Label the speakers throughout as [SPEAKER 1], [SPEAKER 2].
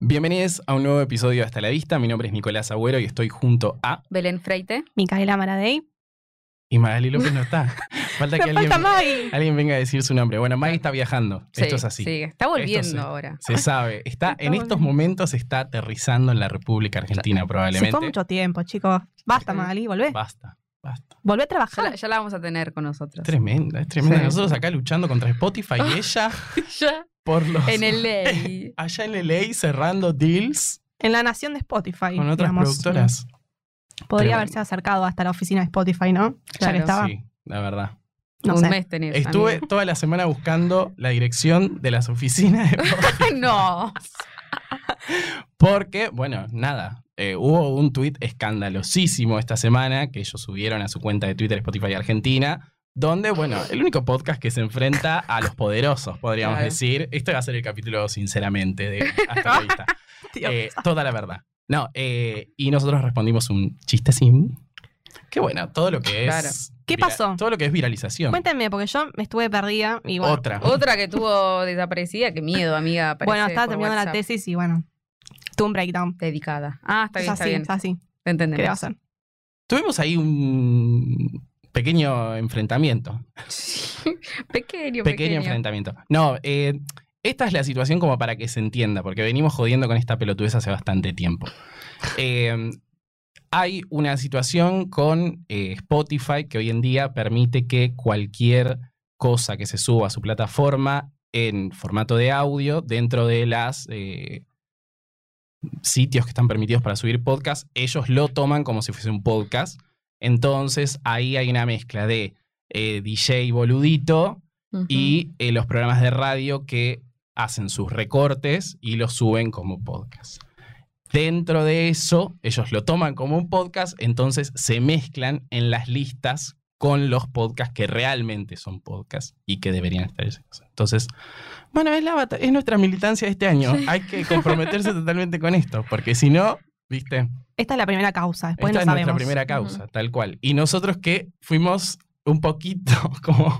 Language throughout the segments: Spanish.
[SPEAKER 1] Bienvenidos a un nuevo episodio de Hasta la Vista. Mi nombre es Nicolás Agüero y estoy junto a.
[SPEAKER 2] Belén Freite.
[SPEAKER 3] Micaela Maradei.
[SPEAKER 1] Y Magali López no está. Falta que
[SPEAKER 3] Me
[SPEAKER 1] alguien,
[SPEAKER 3] falta Maggie.
[SPEAKER 1] alguien venga a decir su nombre. Bueno, Maggie está viajando.
[SPEAKER 2] Sí,
[SPEAKER 1] Esto es así.
[SPEAKER 2] sí, está volviendo
[SPEAKER 1] Esto sí.
[SPEAKER 2] ahora.
[SPEAKER 1] Se sabe. Está, en estos momentos está aterrizando en la República Argentina,
[SPEAKER 3] Se
[SPEAKER 1] probablemente.
[SPEAKER 3] fue mucho ¿eh? tiempo, chicos. Basta,
[SPEAKER 2] Sí.
[SPEAKER 3] Magali, volvé.
[SPEAKER 1] Basta, basta.
[SPEAKER 3] Volvé a
[SPEAKER 2] Ya la,
[SPEAKER 3] trabajar.
[SPEAKER 2] ya la vamos a tener con nosotros.
[SPEAKER 1] Tremenda, es tremenda.
[SPEAKER 2] Sí.
[SPEAKER 1] Nosotros acá luchando contra Spotify y ella
[SPEAKER 2] ya
[SPEAKER 1] por los.
[SPEAKER 2] en el ley.
[SPEAKER 1] Allá en LA cerrando deals
[SPEAKER 3] En la nación de Spotify.
[SPEAKER 1] con otras
[SPEAKER 3] digamos.
[SPEAKER 1] productoras.
[SPEAKER 3] Podría
[SPEAKER 1] Tremendo.
[SPEAKER 3] haberse acercado hasta la oficina de Spotify, ¿no? Ya
[SPEAKER 2] Claro.
[SPEAKER 3] que estaba.
[SPEAKER 1] Sí, la verdad.
[SPEAKER 3] No
[SPEAKER 2] un
[SPEAKER 3] sé.
[SPEAKER 2] mes tenés.
[SPEAKER 1] Estuve
[SPEAKER 2] amigo.
[SPEAKER 1] toda la semana buscando la dirección de las oficinas de
[SPEAKER 2] no.
[SPEAKER 1] Porque, bueno, nada. eh, hubo un tuit escandalosísimo esta semana que ellos subieron a su cuenta de Twitter Spotify Argentina, donde, bueno, el único podcast que se enfrenta a los poderosos, podríamos
[SPEAKER 2] Claro.
[SPEAKER 1] decir. Este va a ser el capítulo, sinceramente, de Hasta la Vista. Eh, toda la verdad. No, eh, y nosotros respondimos un chistecín. Qué bueno, todo lo que es.
[SPEAKER 2] Claro.
[SPEAKER 3] ¿Qué
[SPEAKER 1] vira-
[SPEAKER 3] pasó?
[SPEAKER 1] Todo lo que es viralización.
[SPEAKER 3] Cuéntenme, porque yo me estuve perdida y bueno.
[SPEAKER 1] Otra.
[SPEAKER 2] Otra que tuvo desaparecida, qué miedo, amiga. aparece
[SPEAKER 3] Bueno, estaba
[SPEAKER 2] por
[SPEAKER 3] terminando la
[SPEAKER 2] WhatsApp.
[SPEAKER 3] tesis y bueno. Tuve un breakdown.
[SPEAKER 2] Dedicada. Ah, está
[SPEAKER 3] es
[SPEAKER 2] bien,
[SPEAKER 3] así,
[SPEAKER 2] está bien.
[SPEAKER 3] es así.
[SPEAKER 2] Te entendemos.
[SPEAKER 3] ¿Qué le va a hacer?
[SPEAKER 1] Tuvimos ahí un pequeño enfrentamiento.
[SPEAKER 2] pequeño, pequeño.
[SPEAKER 1] Pequeño enfrentamiento. No, eh, esta es la situación como para que se entienda, porque venimos jodiendo con esta pelotudez hace bastante tiempo. Eh, hay una situación con eh, Spotify que hoy en día permite que cualquier cosa que se suba a su plataforma en formato de audio dentro de las eh, sitios que están permitidos para subir podcast, ellos lo toman como si fuese un podcast. Entonces ahí hay una mezcla de eh, DJ boludito,
[SPEAKER 2] Ujú.
[SPEAKER 1] y eh, los programas de radio que hacen sus recortes y los suben como podcast. Dentro de eso, ellos lo toman como un podcast, entonces se mezclan en las listas con los podcasts que realmente son podcasts y que deberían estar. esas cosas. Entonces, bueno, es, la bata- es nuestra militancia de este año. Hay que comprometerse totalmente con esto, porque si no, viste,
[SPEAKER 3] Esta es la primera causa. Después
[SPEAKER 1] esta es
[SPEAKER 3] no sabemos.
[SPEAKER 1] nuestra primera causa, tal cual. Y nosotros que fuimos un poquito como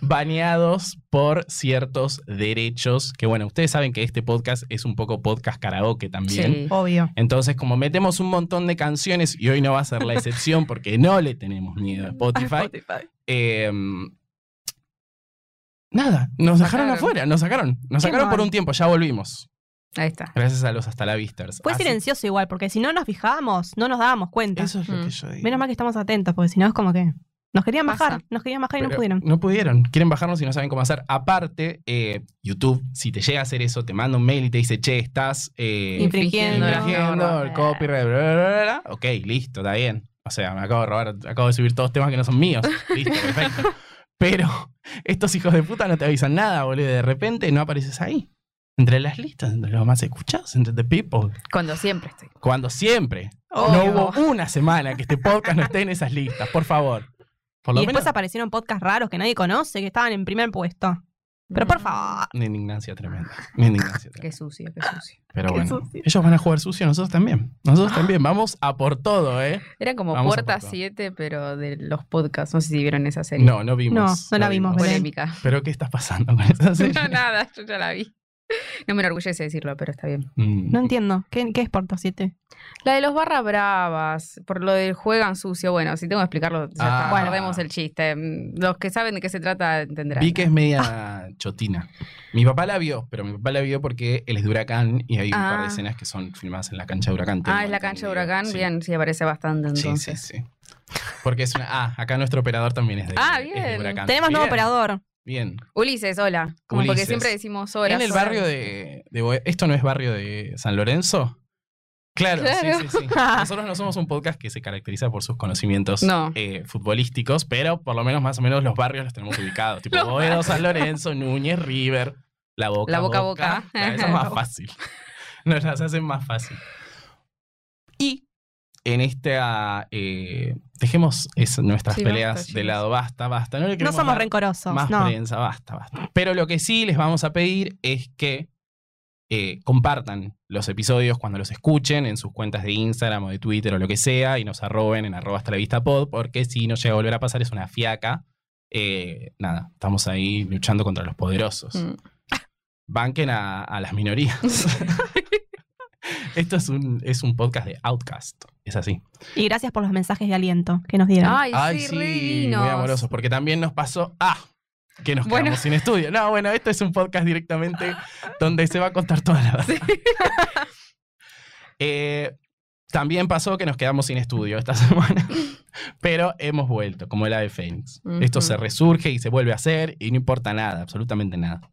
[SPEAKER 1] baneados por ciertos derechos, que bueno, ustedes saben que este podcast es un poco podcast karaoke también.
[SPEAKER 2] Sí.
[SPEAKER 3] Obvio.
[SPEAKER 1] Entonces, como metemos un montón de canciones, y hoy no va a ser la excepción porque no le tenemos miedo a Spotify, eh, nada, nos dejaron
[SPEAKER 2] Sacaron.
[SPEAKER 1] afuera, nos sacaron, nos
[SPEAKER 3] Qué
[SPEAKER 1] sacaron por
[SPEAKER 3] mal.
[SPEAKER 1] un tiempo, ya volvimos.
[SPEAKER 2] Ahí está.
[SPEAKER 1] Gracias a los hasta la vistas.
[SPEAKER 3] Fue
[SPEAKER 1] Así-
[SPEAKER 3] silencioso igual, porque si no nos fijábamos, no nos dábamos cuenta.
[SPEAKER 1] Eso es lo que
[SPEAKER 2] Mm.
[SPEAKER 1] yo digo.
[SPEAKER 3] Menos mal que estamos atentos, porque si no es como que. Nos querían
[SPEAKER 2] Pasa.
[SPEAKER 3] bajar, nos querían bajar y no
[SPEAKER 1] Pero
[SPEAKER 3] pudieron.
[SPEAKER 1] No pudieron. Quieren bajarnos y no saben cómo hacer. Aparte, eh, YouTube, si te llega a hacer eso, te manda un mail y te dice, che, estás eh,
[SPEAKER 3] Infringiendo
[SPEAKER 2] las
[SPEAKER 1] infringiendo
[SPEAKER 2] normas.
[SPEAKER 1] el copyright. bla, bla, bla, bla. Ok, listo, está bien. O sea, me acabo de robar, acabo de subir todos temas que no son míos. Listo, perfecto. Pero estos hijos de puta no te avisan nada, boludo. De repente no apareces ahí. Entre las listas, entre los más escuchados, entre the people.
[SPEAKER 2] Cuando siempre estoy.
[SPEAKER 1] Cuando siempre. No
[SPEAKER 2] Obvio.
[SPEAKER 1] hubo una semana que este podcast no esté en esas listas, por favor. Por lo
[SPEAKER 3] Y
[SPEAKER 1] menos.
[SPEAKER 3] después aparecieron podcasts raros que nadie conoce, que estaban en primer puesto. Pero
[SPEAKER 1] Mm.
[SPEAKER 3] por favor.
[SPEAKER 1] Una indignancia tremenda. Una indignancia
[SPEAKER 2] Qué
[SPEAKER 1] tremenda.
[SPEAKER 2] sucio, qué sucio. Ah.
[SPEAKER 1] Pero
[SPEAKER 3] qué
[SPEAKER 1] bueno,
[SPEAKER 3] sucio.
[SPEAKER 1] ellos van a jugar sucio, nosotros también. Nosotros también. Vamos a por todo, ¿eh?
[SPEAKER 2] Eran como
[SPEAKER 1] Vamos a
[SPEAKER 2] Puerta
[SPEAKER 1] poco.
[SPEAKER 2] 7, pero de los podcasts. No sé si vieron esa serie.
[SPEAKER 1] No, no vimos.
[SPEAKER 3] No, no la vimos, Belén.
[SPEAKER 2] Polémica.
[SPEAKER 1] Pero ¿qué está pasando con esa serie?
[SPEAKER 2] No, nada, yo ya la vi. No me enorgullece decirlo, pero está bien.
[SPEAKER 1] Mm.
[SPEAKER 3] No entiendo. ¿Qué, qué es Porto 7?
[SPEAKER 2] La de los barra bravas, por lo del juegan sucio. Bueno, si tengo que explicarlo, ya
[SPEAKER 1] Ah.
[SPEAKER 2] está,
[SPEAKER 1] Bueno.
[SPEAKER 2] guardemos el chiste. Mm, Los que saben de qué se trata entenderán.
[SPEAKER 1] Vi que es media chotina. Mi papá la vio, pero mi papá la vio porque él es de Huracán y hay un par
[SPEAKER 2] Ah.
[SPEAKER 1] de escenas que son filmadas en la cancha de Huracán. tengo
[SPEAKER 2] ah, es la cancha
[SPEAKER 1] entendido.
[SPEAKER 2] de huracán.
[SPEAKER 1] Sí.
[SPEAKER 2] Bien, sí, aparece bastante
[SPEAKER 1] Sí,
[SPEAKER 2] entonces.
[SPEAKER 1] sí, sí. Porque es una. Ah, acá nuestro operador también es de,
[SPEAKER 2] Ah,
[SPEAKER 1] es de
[SPEAKER 2] bien.
[SPEAKER 1] Huracán.
[SPEAKER 3] Tenemos nuevo
[SPEAKER 1] Bien,
[SPEAKER 3] operador.
[SPEAKER 1] Bien.
[SPEAKER 2] Ulises, hola. Como Porque
[SPEAKER 1] Ulises.
[SPEAKER 2] siempre decimos hola.
[SPEAKER 1] en el
[SPEAKER 2] hola.
[SPEAKER 1] barrio de, de Boe- ¿Esto no es barrio de San Lorenzo? Claro,
[SPEAKER 2] Claro.
[SPEAKER 1] sí, sí, sí. Nosotros no somos un podcast que se caracteriza por sus conocimientos
[SPEAKER 2] No.
[SPEAKER 1] eh, futbolísticos, pero por lo menos más o menos los barrios los tenemos ubicados. Tipo
[SPEAKER 2] Los
[SPEAKER 1] Boedo, San Lorenzo, Núñez, River, La Boca.
[SPEAKER 2] La Boca, Boca.
[SPEAKER 1] Claro, eso es más fácil. Nos las hacen más fácil. Y en esta... eh, dejemos es- nuestras
[SPEAKER 2] Sí,
[SPEAKER 1] peleas
[SPEAKER 2] basta,
[SPEAKER 1] de
[SPEAKER 2] chicos.
[SPEAKER 1] lado. Basta, basta. No, le
[SPEAKER 3] No
[SPEAKER 1] queremos
[SPEAKER 3] somos
[SPEAKER 1] dar-
[SPEAKER 3] rencorosos.
[SPEAKER 1] más
[SPEAKER 3] no.
[SPEAKER 1] prensa, basta, basta. Pero lo que sí les vamos a pedir es que eh, compartan los episodios cuando los escuchen en sus cuentas de Instagram o de Twitter o lo que sea y nos arroben en arroba hasta la vista pod, porque si nos llega a volver a pasar es una fiaca. Eh, nada, estamos ahí luchando contra los poderosos.
[SPEAKER 2] Mm.
[SPEAKER 1] Banquen a, a las minorías. Esto es un, es un podcast de Outcast. Es así.
[SPEAKER 3] Y gracias por los mensajes de aliento que nos dieron.
[SPEAKER 2] Ay,
[SPEAKER 1] Ay,
[SPEAKER 2] sí,
[SPEAKER 1] sí,
[SPEAKER 2] re divinos.
[SPEAKER 1] muy amorosos. Porque también nos pasó a que nos quedamos
[SPEAKER 2] Bueno.
[SPEAKER 1] sin estudio. No, bueno, esto es un podcast directamente donde se va a contar toda la verdad. Eh, también pasó que nos quedamos sin estudio esta semana, pero hemos vuelto, como el ave Fénix. Esto
[SPEAKER 2] Ujú.
[SPEAKER 1] se resurge y se vuelve a hacer y no importa nada, absolutamente nada.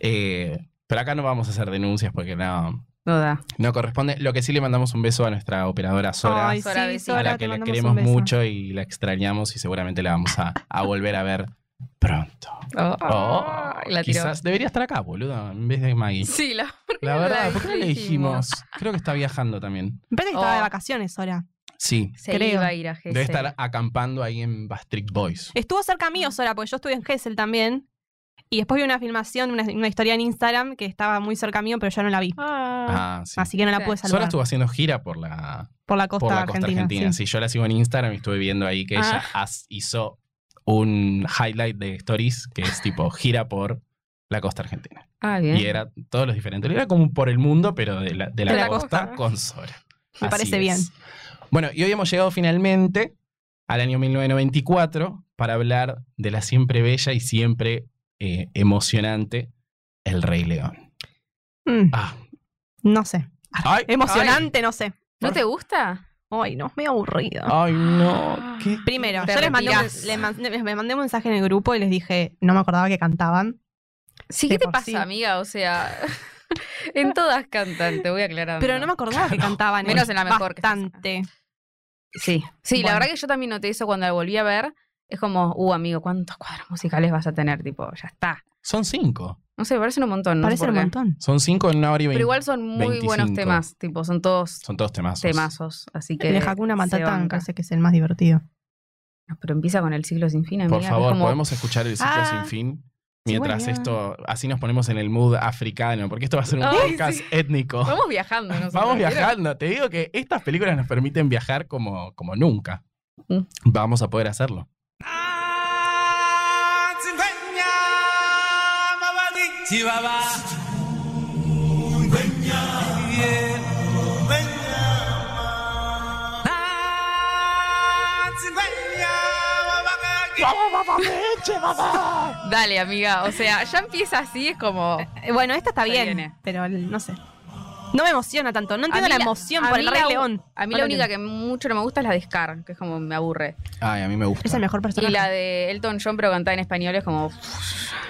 [SPEAKER 1] Eh, pero acá no vamos a hacer denuncias porque no,
[SPEAKER 2] No da.
[SPEAKER 1] no corresponde. Lo que sí le mandamos un beso a nuestra operadora Sora,
[SPEAKER 3] Ay, sí,
[SPEAKER 2] Sora, besito.
[SPEAKER 1] a
[SPEAKER 3] Sora,
[SPEAKER 1] la
[SPEAKER 3] te
[SPEAKER 1] que la
[SPEAKER 3] mandamos
[SPEAKER 1] queremos
[SPEAKER 3] un beso.
[SPEAKER 1] mucho y la extrañamos y seguramente la vamos a, a volver a ver pronto.
[SPEAKER 2] Oh,
[SPEAKER 1] Oh,
[SPEAKER 2] la tiró.
[SPEAKER 1] quizás debería estar acá, boludo, en vez de Maggie.
[SPEAKER 2] Sí, la,
[SPEAKER 1] La
[SPEAKER 2] no
[SPEAKER 1] verdad,
[SPEAKER 2] la
[SPEAKER 1] ¿por qué no le dijimos?
[SPEAKER 2] dijimos.
[SPEAKER 1] Creo que está viajando también.
[SPEAKER 3] Me parece que estaba
[SPEAKER 2] Oh.
[SPEAKER 3] de vacaciones ahora.
[SPEAKER 1] Sí,
[SPEAKER 2] se
[SPEAKER 3] Creo.
[SPEAKER 2] iba a ir a GC.
[SPEAKER 1] Debe estar acampando ahí en Bastric Boys.
[SPEAKER 3] Estuvo cerca mío Sora, porque yo estuve en Gessel también. Y después vi una filmación, una, una historia en Instagram que estaba muy cerca mío, pero yo no la vi.
[SPEAKER 2] Ah.
[SPEAKER 1] Ah, sí.
[SPEAKER 3] Así que no la
[SPEAKER 2] Sí.
[SPEAKER 3] pude
[SPEAKER 1] Sora
[SPEAKER 3] saludar.
[SPEAKER 1] estuvo haciendo gira por la,
[SPEAKER 3] Por la costa
[SPEAKER 1] por la costa
[SPEAKER 3] argentina.
[SPEAKER 1] argentina.
[SPEAKER 3] sí.
[SPEAKER 1] Sí. yo la sigo en Instagram y estuve viendo ahí que ella has- hizo un highlight de stories que es tipo gira por la costa argentina.
[SPEAKER 2] Ah, bien.
[SPEAKER 1] Y era todos los diferentes. Era como por el mundo, pero de la, de la
[SPEAKER 3] De la
[SPEAKER 1] costa,
[SPEAKER 3] costa.
[SPEAKER 1] con Sora.
[SPEAKER 3] Me parece bien.
[SPEAKER 1] Bueno, y hoy hemos llegado finalmente al año 1994 para hablar de la siempre bella y siempre eh, emocionante El Rey León.
[SPEAKER 3] Mm,
[SPEAKER 1] Ah,
[SPEAKER 3] no sé.
[SPEAKER 2] Ah,
[SPEAKER 1] Ay,
[SPEAKER 3] Emocionante, no sé.
[SPEAKER 2] ¿No te gusta?
[SPEAKER 3] Ay, no, es medio aburrido.
[SPEAKER 1] Ay,
[SPEAKER 2] Ah.
[SPEAKER 1] no. ¿Qué?
[SPEAKER 3] Primero,
[SPEAKER 2] Te
[SPEAKER 3] yo les mandé, un,
[SPEAKER 2] retirás.
[SPEAKER 3] les man- les- me mandé un mensaje en el grupo y les dije, no me acordaba que cantaban.
[SPEAKER 2] Sí,
[SPEAKER 3] De
[SPEAKER 2] ¿qué te
[SPEAKER 3] por
[SPEAKER 2] pasa,
[SPEAKER 3] sí.
[SPEAKER 2] amiga? O sea, en todas cantan, te voy aclarando.
[SPEAKER 3] Pero no me acordaba que
[SPEAKER 1] Claro.
[SPEAKER 3] cantaban.
[SPEAKER 2] Menos
[SPEAKER 3] es
[SPEAKER 2] en la mejor que estás.
[SPEAKER 3] Bastante.
[SPEAKER 2] Sí, sí, la
[SPEAKER 3] Bueno.
[SPEAKER 2] verdad que yo también noté eso cuando la volví a ver. Es como, uh, amigo, ¿cuántos cuadros musicales vas a tener? Tipo, ya está.
[SPEAKER 1] Son cinco.
[SPEAKER 2] No sé, parecen un montón, ¿no? sé
[SPEAKER 3] Parecen
[SPEAKER 2] por
[SPEAKER 3] un
[SPEAKER 2] qué.
[SPEAKER 3] montón.
[SPEAKER 1] Son cinco en una hora y veinte.
[SPEAKER 2] Pero igual son muy buenos
[SPEAKER 1] 25.
[SPEAKER 2] temas, tipo, son todos
[SPEAKER 1] Son todos temazos.
[SPEAKER 2] temazos. Así que.
[SPEAKER 3] El de Hakuna
[SPEAKER 2] se
[SPEAKER 3] Matata me
[SPEAKER 2] banca.
[SPEAKER 3] parece que es el más divertido.
[SPEAKER 2] No, Pero empieza con el ciclo sin fin, amiga.
[SPEAKER 1] Por
[SPEAKER 2] que es
[SPEAKER 1] favor,
[SPEAKER 2] como-
[SPEAKER 1] podemos escuchar el ciclo
[SPEAKER 3] Ah.
[SPEAKER 1] sin fin. Mientras
[SPEAKER 3] bueno.
[SPEAKER 1] esto, así nos ponemos en el mood africano, porque esto va a ser un
[SPEAKER 2] Ay,
[SPEAKER 1] podcast
[SPEAKER 2] sí.
[SPEAKER 1] étnico.
[SPEAKER 2] Vamos viajando, nosotros,
[SPEAKER 1] Vamos
[SPEAKER 2] ¿vieron?
[SPEAKER 1] viajando. Te digo que estas películas nos permiten viajar como, como nunca.
[SPEAKER 2] Mm.
[SPEAKER 1] Vamos a poder hacerlo.
[SPEAKER 4] Chihuahua.
[SPEAKER 2] Dale, amiga. O sea, ya empieza así, es como.
[SPEAKER 3] Eh, Bueno, esta está
[SPEAKER 2] Ahí
[SPEAKER 3] bien,
[SPEAKER 2] viene.
[SPEAKER 3] pero el- no sé. No me emociona tanto. No entiendo
[SPEAKER 2] A mí
[SPEAKER 3] la emoción
[SPEAKER 2] a
[SPEAKER 3] por
[SPEAKER 2] mí
[SPEAKER 3] el Rey
[SPEAKER 2] la-
[SPEAKER 3] León.
[SPEAKER 2] A mí
[SPEAKER 3] No
[SPEAKER 2] la
[SPEAKER 3] lo
[SPEAKER 2] única
[SPEAKER 3] entiendo.
[SPEAKER 2] que mucho no me gusta es la de Scar, que es como me aburre.
[SPEAKER 1] Ay, a mí me gusta.
[SPEAKER 3] Es el mejor personaje.
[SPEAKER 2] Y la de Elton John, pero cantada en español, es como. uff,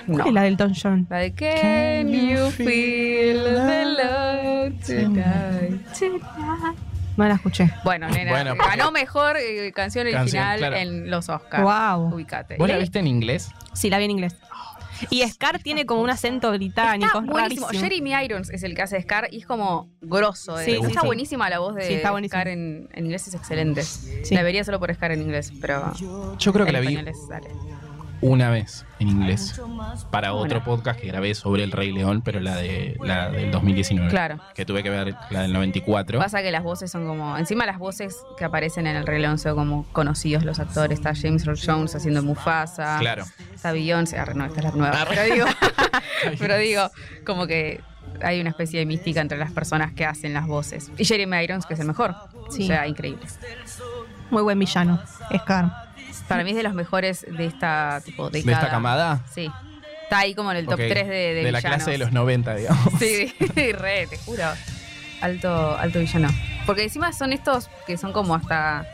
[SPEAKER 2] No.
[SPEAKER 3] ¿Cuál es la del Elton John?
[SPEAKER 2] La de Can you feel the love tonight?
[SPEAKER 3] No la escuché.
[SPEAKER 2] Bueno, nena,
[SPEAKER 1] Bueno, pero-
[SPEAKER 2] ganó mejor eh, canción
[SPEAKER 1] Canción,
[SPEAKER 2] original
[SPEAKER 1] claro.
[SPEAKER 2] en los Oscars.
[SPEAKER 3] Wow.
[SPEAKER 2] Ubicate.
[SPEAKER 1] ¿Vos la viste en inglés?
[SPEAKER 3] Sí, la vi en inglés. Y Scar tiene como un acento británico.
[SPEAKER 2] Está
[SPEAKER 3] es
[SPEAKER 2] buenísimo.
[SPEAKER 3] rarísimo.
[SPEAKER 2] Jeremy Irons es el que hace de Scar y es como grosso. eh.
[SPEAKER 3] Sí,
[SPEAKER 2] está
[SPEAKER 1] sí.
[SPEAKER 2] buenísima la voz de
[SPEAKER 3] Sí, está buenísimo.
[SPEAKER 2] Scar en, en inglés, es excelente.
[SPEAKER 3] Sí.
[SPEAKER 2] La vería solo por Scar en inglés, pero
[SPEAKER 1] Yo creo que
[SPEAKER 2] en
[SPEAKER 1] la vi
[SPEAKER 2] español es- dale.
[SPEAKER 1] una vez en inglés para
[SPEAKER 2] Bueno.
[SPEAKER 1] otro podcast que grabé sobre el Rey León, pero la de la del 2019.
[SPEAKER 2] Claro.
[SPEAKER 1] Que tuve que ver la del 94.
[SPEAKER 2] Pasa que las voces son como. Encima, las voces que aparecen en el Rey León son como conocidos los actores. Está James Earl Jones haciendo Mufasa.
[SPEAKER 1] Claro. Ah,
[SPEAKER 2] Está Beyoncé. Arre, no, esta es la nueva. Pero digo, pero digo, como que hay una especie de mística entre las personas que hacen las voces. Y Jeremy Irons, que es el mejor.
[SPEAKER 3] Sí.
[SPEAKER 2] O sea, increíble.
[SPEAKER 3] Muy buen villano. Scar.
[SPEAKER 2] Para mí es de los mejores de esta tipo
[SPEAKER 1] ¿De
[SPEAKER 2] década.
[SPEAKER 1] esta camada?
[SPEAKER 2] Sí. Está ahí como en el top
[SPEAKER 1] Ok.
[SPEAKER 2] 3 de, de
[SPEAKER 1] la
[SPEAKER 2] villanos.
[SPEAKER 1] clase de los 90, digamos.
[SPEAKER 2] Sí, re, te juro. Alto, alto villano. Porque encima son estos que son como hasta.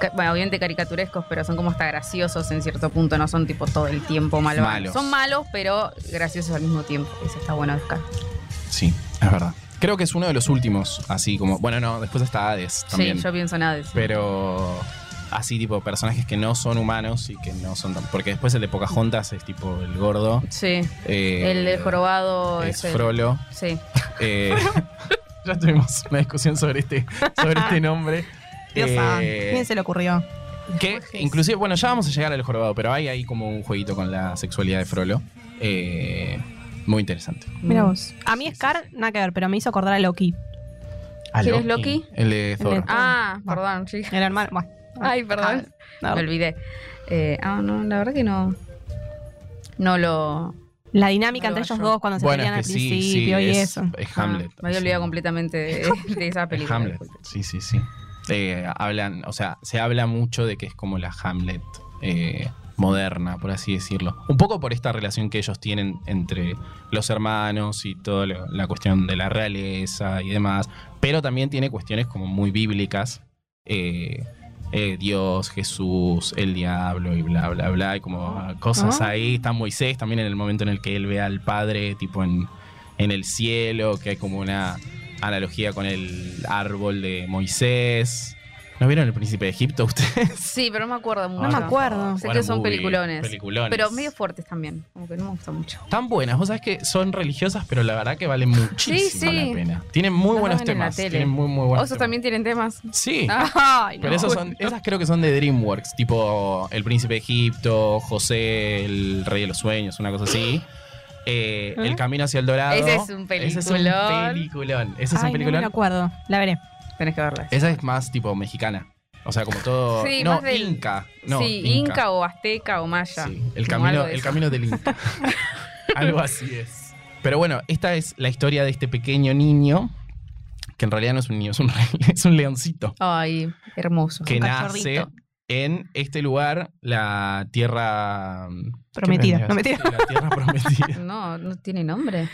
[SPEAKER 2] ca- Bueno, obviamente caricaturescos, pero son como hasta graciosos en cierto punto. No son tipo todo el tiempo malos.
[SPEAKER 1] Malos.
[SPEAKER 2] Son malos, pero graciosos al mismo tiempo. Eso está bueno de buscar.
[SPEAKER 1] Sí, es verdad. Creo que es uno de los últimos, así como. Bueno, no, después está Hades también.
[SPEAKER 2] Sí, yo pienso nada de eso.
[SPEAKER 1] Pero así, tipo, personajes que no son humanos y que no son tan. Porque después el de Pocahontas es tipo el gordo.
[SPEAKER 2] Sí.
[SPEAKER 1] eh,
[SPEAKER 2] el del jorobado
[SPEAKER 1] Es
[SPEAKER 2] es el-
[SPEAKER 1] Frollo.
[SPEAKER 2] Sí.
[SPEAKER 1] Eh, ya tuvimos una discusión sobre este, sobre este nombre.
[SPEAKER 3] Dios
[SPEAKER 1] Eh,
[SPEAKER 3] sabe. ¿Quién se le ocurrió?
[SPEAKER 1] que inclusive, bueno, ya vamos a llegar al jorobado, pero hay ahí como un jueguito con la sexualidad de Frollo. Eh, muy interesante.
[SPEAKER 3] Mira
[SPEAKER 2] Mm.
[SPEAKER 3] vos. A mí Scar, nada que ver, pero me hizo acordar a Loki.
[SPEAKER 1] Ah,
[SPEAKER 2] ¿Quién es Loki?
[SPEAKER 1] El de Thor.
[SPEAKER 3] de-
[SPEAKER 2] Ah,
[SPEAKER 3] Va.
[SPEAKER 2] perdón, sí.
[SPEAKER 3] El hermano. Bueno.
[SPEAKER 2] Ay, perdón.
[SPEAKER 3] Ah,
[SPEAKER 2] Me
[SPEAKER 3] no.
[SPEAKER 2] olvidé. Eh, ah, no, la verdad que no. No lo.
[SPEAKER 3] La dinámica
[SPEAKER 2] No lo
[SPEAKER 3] entre ellos
[SPEAKER 2] hallo.
[SPEAKER 3] dos cuando se
[SPEAKER 1] bueno,
[SPEAKER 3] pelean
[SPEAKER 1] es que
[SPEAKER 3] al
[SPEAKER 1] sí, sí,
[SPEAKER 3] principio y
[SPEAKER 1] es,
[SPEAKER 3] eso.
[SPEAKER 1] es Hamlet.
[SPEAKER 2] Ah, me había
[SPEAKER 1] sí.
[SPEAKER 2] olvidado completamente de, de esa
[SPEAKER 1] Es
[SPEAKER 2] película.
[SPEAKER 1] Hamlet, sí, sí, sí. Eh, hablan, o sea, se habla mucho de que es como la Hamlet eh, moderna, por así decirlo. Un poco por esta relación que ellos tienen entre los hermanos y toda la la cuestión de la realeza y demás. Pero también tiene cuestiones como muy bíblicas. eh, eh, Dios, Jesús, el diablo y bla, bla, bla. Y como ah, cosas
[SPEAKER 3] Ah.
[SPEAKER 1] ahí. Está Moisés también en el momento en el que él ve al Padre, tipo en, en el cielo, que hay como una analogía con el árbol de Moisés. ¿No vieron el príncipe de Egipto ustedes?
[SPEAKER 2] Sí, pero no me acuerdo mucho.
[SPEAKER 1] me
[SPEAKER 3] acuerdo.
[SPEAKER 2] Ah. Sé
[SPEAKER 1] Bueno,
[SPEAKER 2] que son
[SPEAKER 1] muy
[SPEAKER 2] peliculones,
[SPEAKER 1] peliculones.
[SPEAKER 2] Pero medio fuertes también. Como que no me gusta mucho.
[SPEAKER 1] Tan buenas, vos sabés que son religiosas, pero la verdad que valen muchísimo
[SPEAKER 2] sí.
[SPEAKER 1] la pena. Tienen muy
[SPEAKER 2] Las
[SPEAKER 1] buenos
[SPEAKER 2] daban en la
[SPEAKER 1] temas.
[SPEAKER 2] tele.
[SPEAKER 1] Tienen muy, muy buenos.
[SPEAKER 2] Osos
[SPEAKER 1] temas.
[SPEAKER 2] también tienen temas.
[SPEAKER 1] Sí.
[SPEAKER 2] Ah,
[SPEAKER 3] Ay,
[SPEAKER 1] Pero
[SPEAKER 3] no.
[SPEAKER 1] esas, son, esas creo que son de DreamWorks, tipo El Príncipe de Egipto, José, el Rey de los Sueños, una cosa así. Eh,
[SPEAKER 3] ¿Eh?
[SPEAKER 1] El Camino hacia el Dorado.
[SPEAKER 2] Ese es un
[SPEAKER 1] Ese es un
[SPEAKER 2] peliculón.
[SPEAKER 1] peliculón. Ese es
[SPEAKER 3] Ay,
[SPEAKER 1] un
[SPEAKER 3] no me
[SPEAKER 1] peliculón.
[SPEAKER 3] la acuerdo. La veré.
[SPEAKER 2] Tenés que verlas.
[SPEAKER 1] Esa es más tipo mexicana. O sea, como todo.
[SPEAKER 2] Sí,
[SPEAKER 1] no,
[SPEAKER 2] más del-
[SPEAKER 1] Inca. No,
[SPEAKER 2] sí, Inca. o Azteca o Maya.
[SPEAKER 1] Sí, el
[SPEAKER 2] como
[SPEAKER 1] camino,
[SPEAKER 2] algo de
[SPEAKER 1] el
[SPEAKER 2] eso.
[SPEAKER 1] camino del Inca. algo así es. Pero bueno, esta es la historia de este pequeño niño, que en realidad no es un niño, es un, rey, es un leoncito,
[SPEAKER 2] Ay, hermoso.
[SPEAKER 1] que nace
[SPEAKER 3] cachorrito.
[SPEAKER 1] en este lugar, la tierra...
[SPEAKER 3] Prometida.
[SPEAKER 1] ¿qué
[SPEAKER 3] No,
[SPEAKER 1] vendría a ser? La tierra prometida.
[SPEAKER 2] No, no tiene nombre.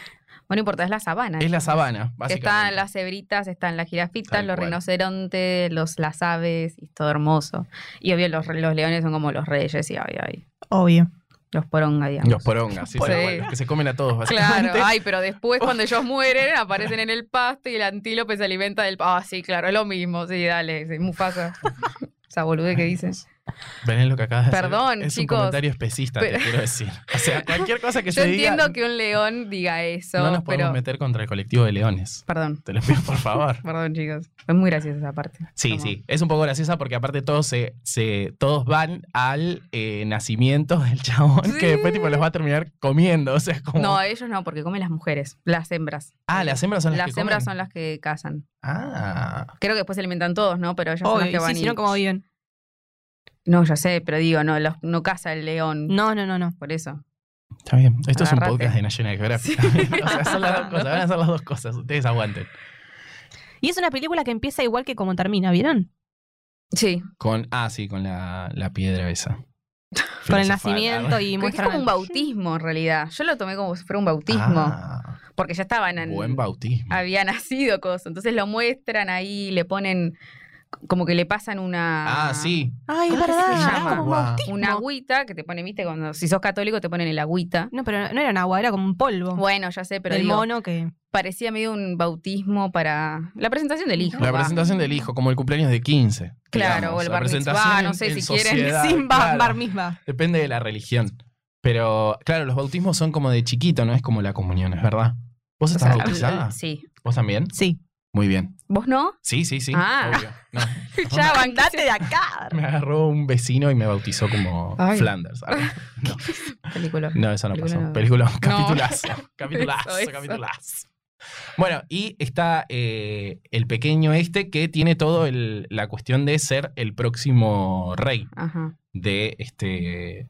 [SPEAKER 2] Bueno, no importa, es la sabana.
[SPEAKER 1] es la sabana, básicamente.
[SPEAKER 2] Están las cebritas, están las jirafitas,
[SPEAKER 1] Tal
[SPEAKER 2] los
[SPEAKER 1] cual.
[SPEAKER 2] rinocerontes, los, las aves, y es todo hermoso. Y obvio, los, los leones son como los reyes, y ay, ay,
[SPEAKER 3] Obvio.
[SPEAKER 2] los poronga, digamos.
[SPEAKER 1] Los porongas, sí,
[SPEAKER 2] Sí.
[SPEAKER 1] tal cual, los que se comen a todos, básicamente.
[SPEAKER 2] Claro, ay, pero después cuando ellos mueren aparecen en el pasto y el antílope se alimenta del pasto. Ah, sí, claro, es lo mismo, sí, dale, sí, Mufasa. Esa boludez que dices.
[SPEAKER 1] Ven lo que acabas de hacer.
[SPEAKER 2] Perdón,
[SPEAKER 1] Es
[SPEAKER 2] chicos.
[SPEAKER 1] un comentario especista,
[SPEAKER 2] Pero-
[SPEAKER 1] te quiero decir. O sea, cualquier cosa que
[SPEAKER 2] Yo
[SPEAKER 1] se diga...
[SPEAKER 2] entiendo que un león diga eso,
[SPEAKER 1] no nos podemos
[SPEAKER 2] pero...
[SPEAKER 1] meter contra el colectivo de leones.
[SPEAKER 2] Perdón,
[SPEAKER 1] Te lo pido, por favor.
[SPEAKER 2] perdón, chicos. Es muy graciosa esa parte.
[SPEAKER 1] Sí,
[SPEAKER 2] Como-
[SPEAKER 1] sí. Es un poco graciosa porque aparte todos se, se todos van al eh, nacimiento del chabón
[SPEAKER 2] Sí.
[SPEAKER 1] que después tipo los va a terminar comiendo. O sea, es como.
[SPEAKER 2] No, a ellos no, porque comen las mujeres, las hembras.
[SPEAKER 1] ah, las hembras son las,
[SPEAKER 2] Las
[SPEAKER 1] que
[SPEAKER 2] hembras son
[SPEAKER 1] comen?
[SPEAKER 2] las que cazan.
[SPEAKER 1] Ah.
[SPEAKER 2] Creo que después se alimentan todos, ¿no? Pero ellas son las que
[SPEAKER 3] Obvio.
[SPEAKER 2] van
[SPEAKER 3] Sí,
[SPEAKER 2] y-
[SPEAKER 3] si no, ¿cómo viven?
[SPEAKER 2] No, ya sé, pero digo, no, los- no caza el león.
[SPEAKER 3] No, no, no, no.
[SPEAKER 2] Por eso.
[SPEAKER 1] Está bien. Esto es un
[SPEAKER 2] Agárrate.
[SPEAKER 1] podcast de National Geographic. o sea, son las dos cosas. Van a ser las dos cosas. Ustedes aguanten.
[SPEAKER 3] Y es una película que empieza igual que como termina, ¿vieron?
[SPEAKER 2] Sí.
[SPEAKER 1] Con. Ah, sí, con la, la piedra esa.
[SPEAKER 3] Con el
[SPEAKER 1] Filosofal.
[SPEAKER 3] nacimiento
[SPEAKER 2] Porque
[SPEAKER 3] y
[SPEAKER 2] es
[SPEAKER 3] muestran...
[SPEAKER 2] como un bautismo en realidad. Yo lo tomé como si fuera un bautismo.
[SPEAKER 1] Ah,
[SPEAKER 2] Porque ya estaban en,
[SPEAKER 1] buen bautismo.
[SPEAKER 2] había nacido cosas. Entonces lo muestran ahí, le ponen, como que le pasan una.
[SPEAKER 1] Ah, sí. Ah,
[SPEAKER 3] Ay, es
[SPEAKER 2] ¿Cómo que se
[SPEAKER 3] verdad.
[SPEAKER 2] llama?
[SPEAKER 3] era como un
[SPEAKER 1] Guau.
[SPEAKER 3] bautismo.
[SPEAKER 2] Una agüita que te ponen, viste, cuando si sos católico te ponen el agüita.
[SPEAKER 3] No, pero no era un agua, era como un polvo.
[SPEAKER 2] Bueno, ya sé, pero
[SPEAKER 3] del
[SPEAKER 2] digo,
[SPEAKER 3] mono que...
[SPEAKER 2] parecía medio un bautismo para la presentación del hijo.
[SPEAKER 1] La
[SPEAKER 2] va.
[SPEAKER 1] presentación del hijo, como el cumpleaños de 15.
[SPEAKER 2] Claro,
[SPEAKER 1] digamos.
[SPEAKER 2] o el
[SPEAKER 1] La
[SPEAKER 2] bar
[SPEAKER 1] presentación
[SPEAKER 2] mitzvah,
[SPEAKER 1] en-
[SPEAKER 2] no sé
[SPEAKER 1] en
[SPEAKER 2] si quieren
[SPEAKER 1] sociedad,
[SPEAKER 3] Sin ba-
[SPEAKER 1] claro.
[SPEAKER 3] bar misma.
[SPEAKER 1] Depende de la religión. Pero, claro, los bautismos son como de chiquito, no es como la comunión, es verdad. ¿Vos
[SPEAKER 2] O
[SPEAKER 1] estás
[SPEAKER 2] sea,
[SPEAKER 1] bautizada?
[SPEAKER 2] Sí.
[SPEAKER 1] ¿Vos también?
[SPEAKER 3] Sí.
[SPEAKER 1] Muy bien.
[SPEAKER 2] ¿Vos no?
[SPEAKER 1] Sí, sí, sí.
[SPEAKER 2] Ah.
[SPEAKER 1] obvio. No.
[SPEAKER 2] Ya,
[SPEAKER 3] Andate de acá.
[SPEAKER 1] Me agarró un vecino y me bautizó como
[SPEAKER 2] Ay.
[SPEAKER 1] Flanders. No,
[SPEAKER 2] Película.
[SPEAKER 1] no, eso no
[SPEAKER 2] Película
[SPEAKER 1] pasó.
[SPEAKER 2] no.
[SPEAKER 1] Película, capitulazo,
[SPEAKER 2] capitulazo,
[SPEAKER 1] capitulazo,
[SPEAKER 2] Eso, eso.
[SPEAKER 1] capitulazo. Bueno, y está eh, el pequeño este que tiene todo el- la cuestión de ser el próximo rey
[SPEAKER 2] Ajá.
[SPEAKER 1] de este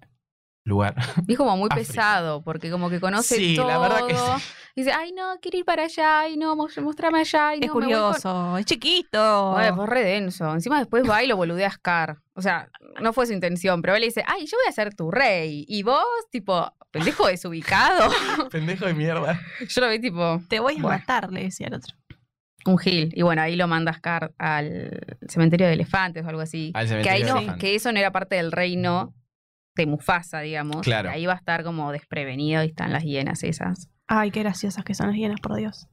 [SPEAKER 1] lugar.
[SPEAKER 2] Y es como muy
[SPEAKER 1] África.
[SPEAKER 2] pesado, porque como que conoce
[SPEAKER 1] sí,
[SPEAKER 2] todo.
[SPEAKER 1] la verdad que sí.
[SPEAKER 2] Dice, ay no, quiero ir para allá, ay no, mos- mostrame allá, ay no,
[SPEAKER 3] Es
[SPEAKER 2] me voy con-
[SPEAKER 3] curioso, es chiquito.
[SPEAKER 2] Ay, fue re denso. Encima después va y lo boludea a Scar. O sea, no fue su intención, pero él le dice, ay, yo voy a ser tu rey. Y vos, tipo, pendejo desubicado.
[SPEAKER 1] Pendejo de mierda.
[SPEAKER 2] yo lo vi tipo
[SPEAKER 3] Te voy a
[SPEAKER 2] Bueno.
[SPEAKER 3] matar, le decía el otro.
[SPEAKER 2] un gil. Y bueno, ahí lo manda Scar al cementerio de elefantes o algo así.
[SPEAKER 1] Al
[SPEAKER 2] Que,
[SPEAKER 1] cementerio
[SPEAKER 2] ahí
[SPEAKER 1] de
[SPEAKER 2] no-
[SPEAKER 1] elefantes.
[SPEAKER 2] que eso no era parte del reino de Mufasa, digamos.
[SPEAKER 1] Claro.
[SPEAKER 2] Ahí va a estar como desprevenido y están las hienas esas.
[SPEAKER 3] Ay, qué graciosas que son las hienas, por Dios.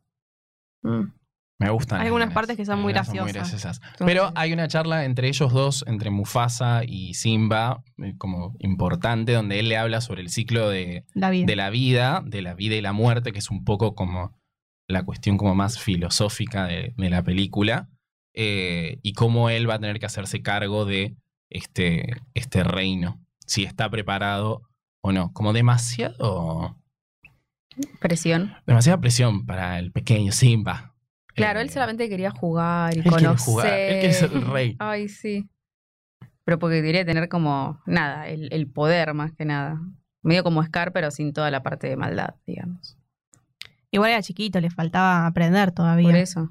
[SPEAKER 1] Me gustan. las
[SPEAKER 3] Algunas
[SPEAKER 1] nenas.
[SPEAKER 3] partes que son muy
[SPEAKER 1] Algunas
[SPEAKER 3] graciosas.
[SPEAKER 1] graciosas. Pero hay una charla entre ellos dos, entre Mufasa y Simba, eh, como importante, donde él le habla sobre el ciclo de,
[SPEAKER 3] La vida.
[SPEAKER 1] de la vida, de la vida y la muerte, que es un poco como la cuestión como más filosófica de, de la película, eh, y cómo él va a tener que hacerse cargo de este, este reino, si está preparado o no. Como demasiado...
[SPEAKER 2] Presión.
[SPEAKER 1] demasiada presión para el pequeño Simba.
[SPEAKER 2] Claro,
[SPEAKER 1] Eh,
[SPEAKER 2] él solamente quería jugar y
[SPEAKER 1] él quiere
[SPEAKER 2] conocer.
[SPEAKER 1] jugar, él quiere ser el rey.
[SPEAKER 2] Ay, sí. Pero porque quería tener como nada, el, el poder más que nada. Medio como Scar, pero sin toda la parte de maldad, digamos.
[SPEAKER 3] Igual era chiquito, le faltaba aprender
[SPEAKER 2] Por
[SPEAKER 3] todavía.
[SPEAKER 2] eso.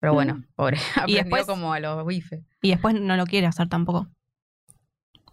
[SPEAKER 2] Pero bueno, pobre. Aprendió
[SPEAKER 3] después-
[SPEAKER 2] como a los bifes.
[SPEAKER 3] Y después no lo quiere hacer tampoco.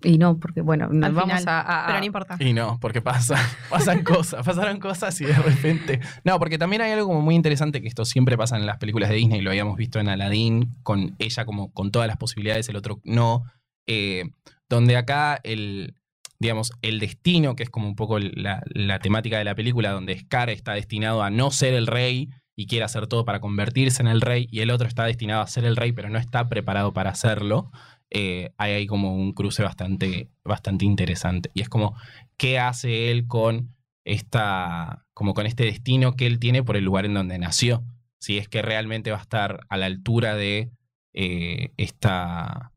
[SPEAKER 2] Y no, porque bueno, nos
[SPEAKER 3] Al
[SPEAKER 2] vamos
[SPEAKER 3] final,
[SPEAKER 2] a, a- a-
[SPEAKER 3] Pero no importa.
[SPEAKER 1] Y no, porque pasa, pasan cosas, pasaron cosas y de repente. No, porque también hay algo como muy interesante que esto siempre pasa en las películas de Disney, lo habíamos visto en Aladdin, con ella como con todas las posibilidades, el otro no. eh, donde acá el, digamos, el destino, que es como un poco la, la temática de la película, donde Scar está destinado a no ser el rey y quiere hacer todo para convertirse en el rey, y el otro está destinado a ser el rey, pero no está preparado para hacerlo. eh, hay ahí como un cruce bastante, bastante interesante. Y es como qué hace él con esta como con este destino que él tiene por el lugar en donde nació si es que realmente va a estar a la altura de eh, esta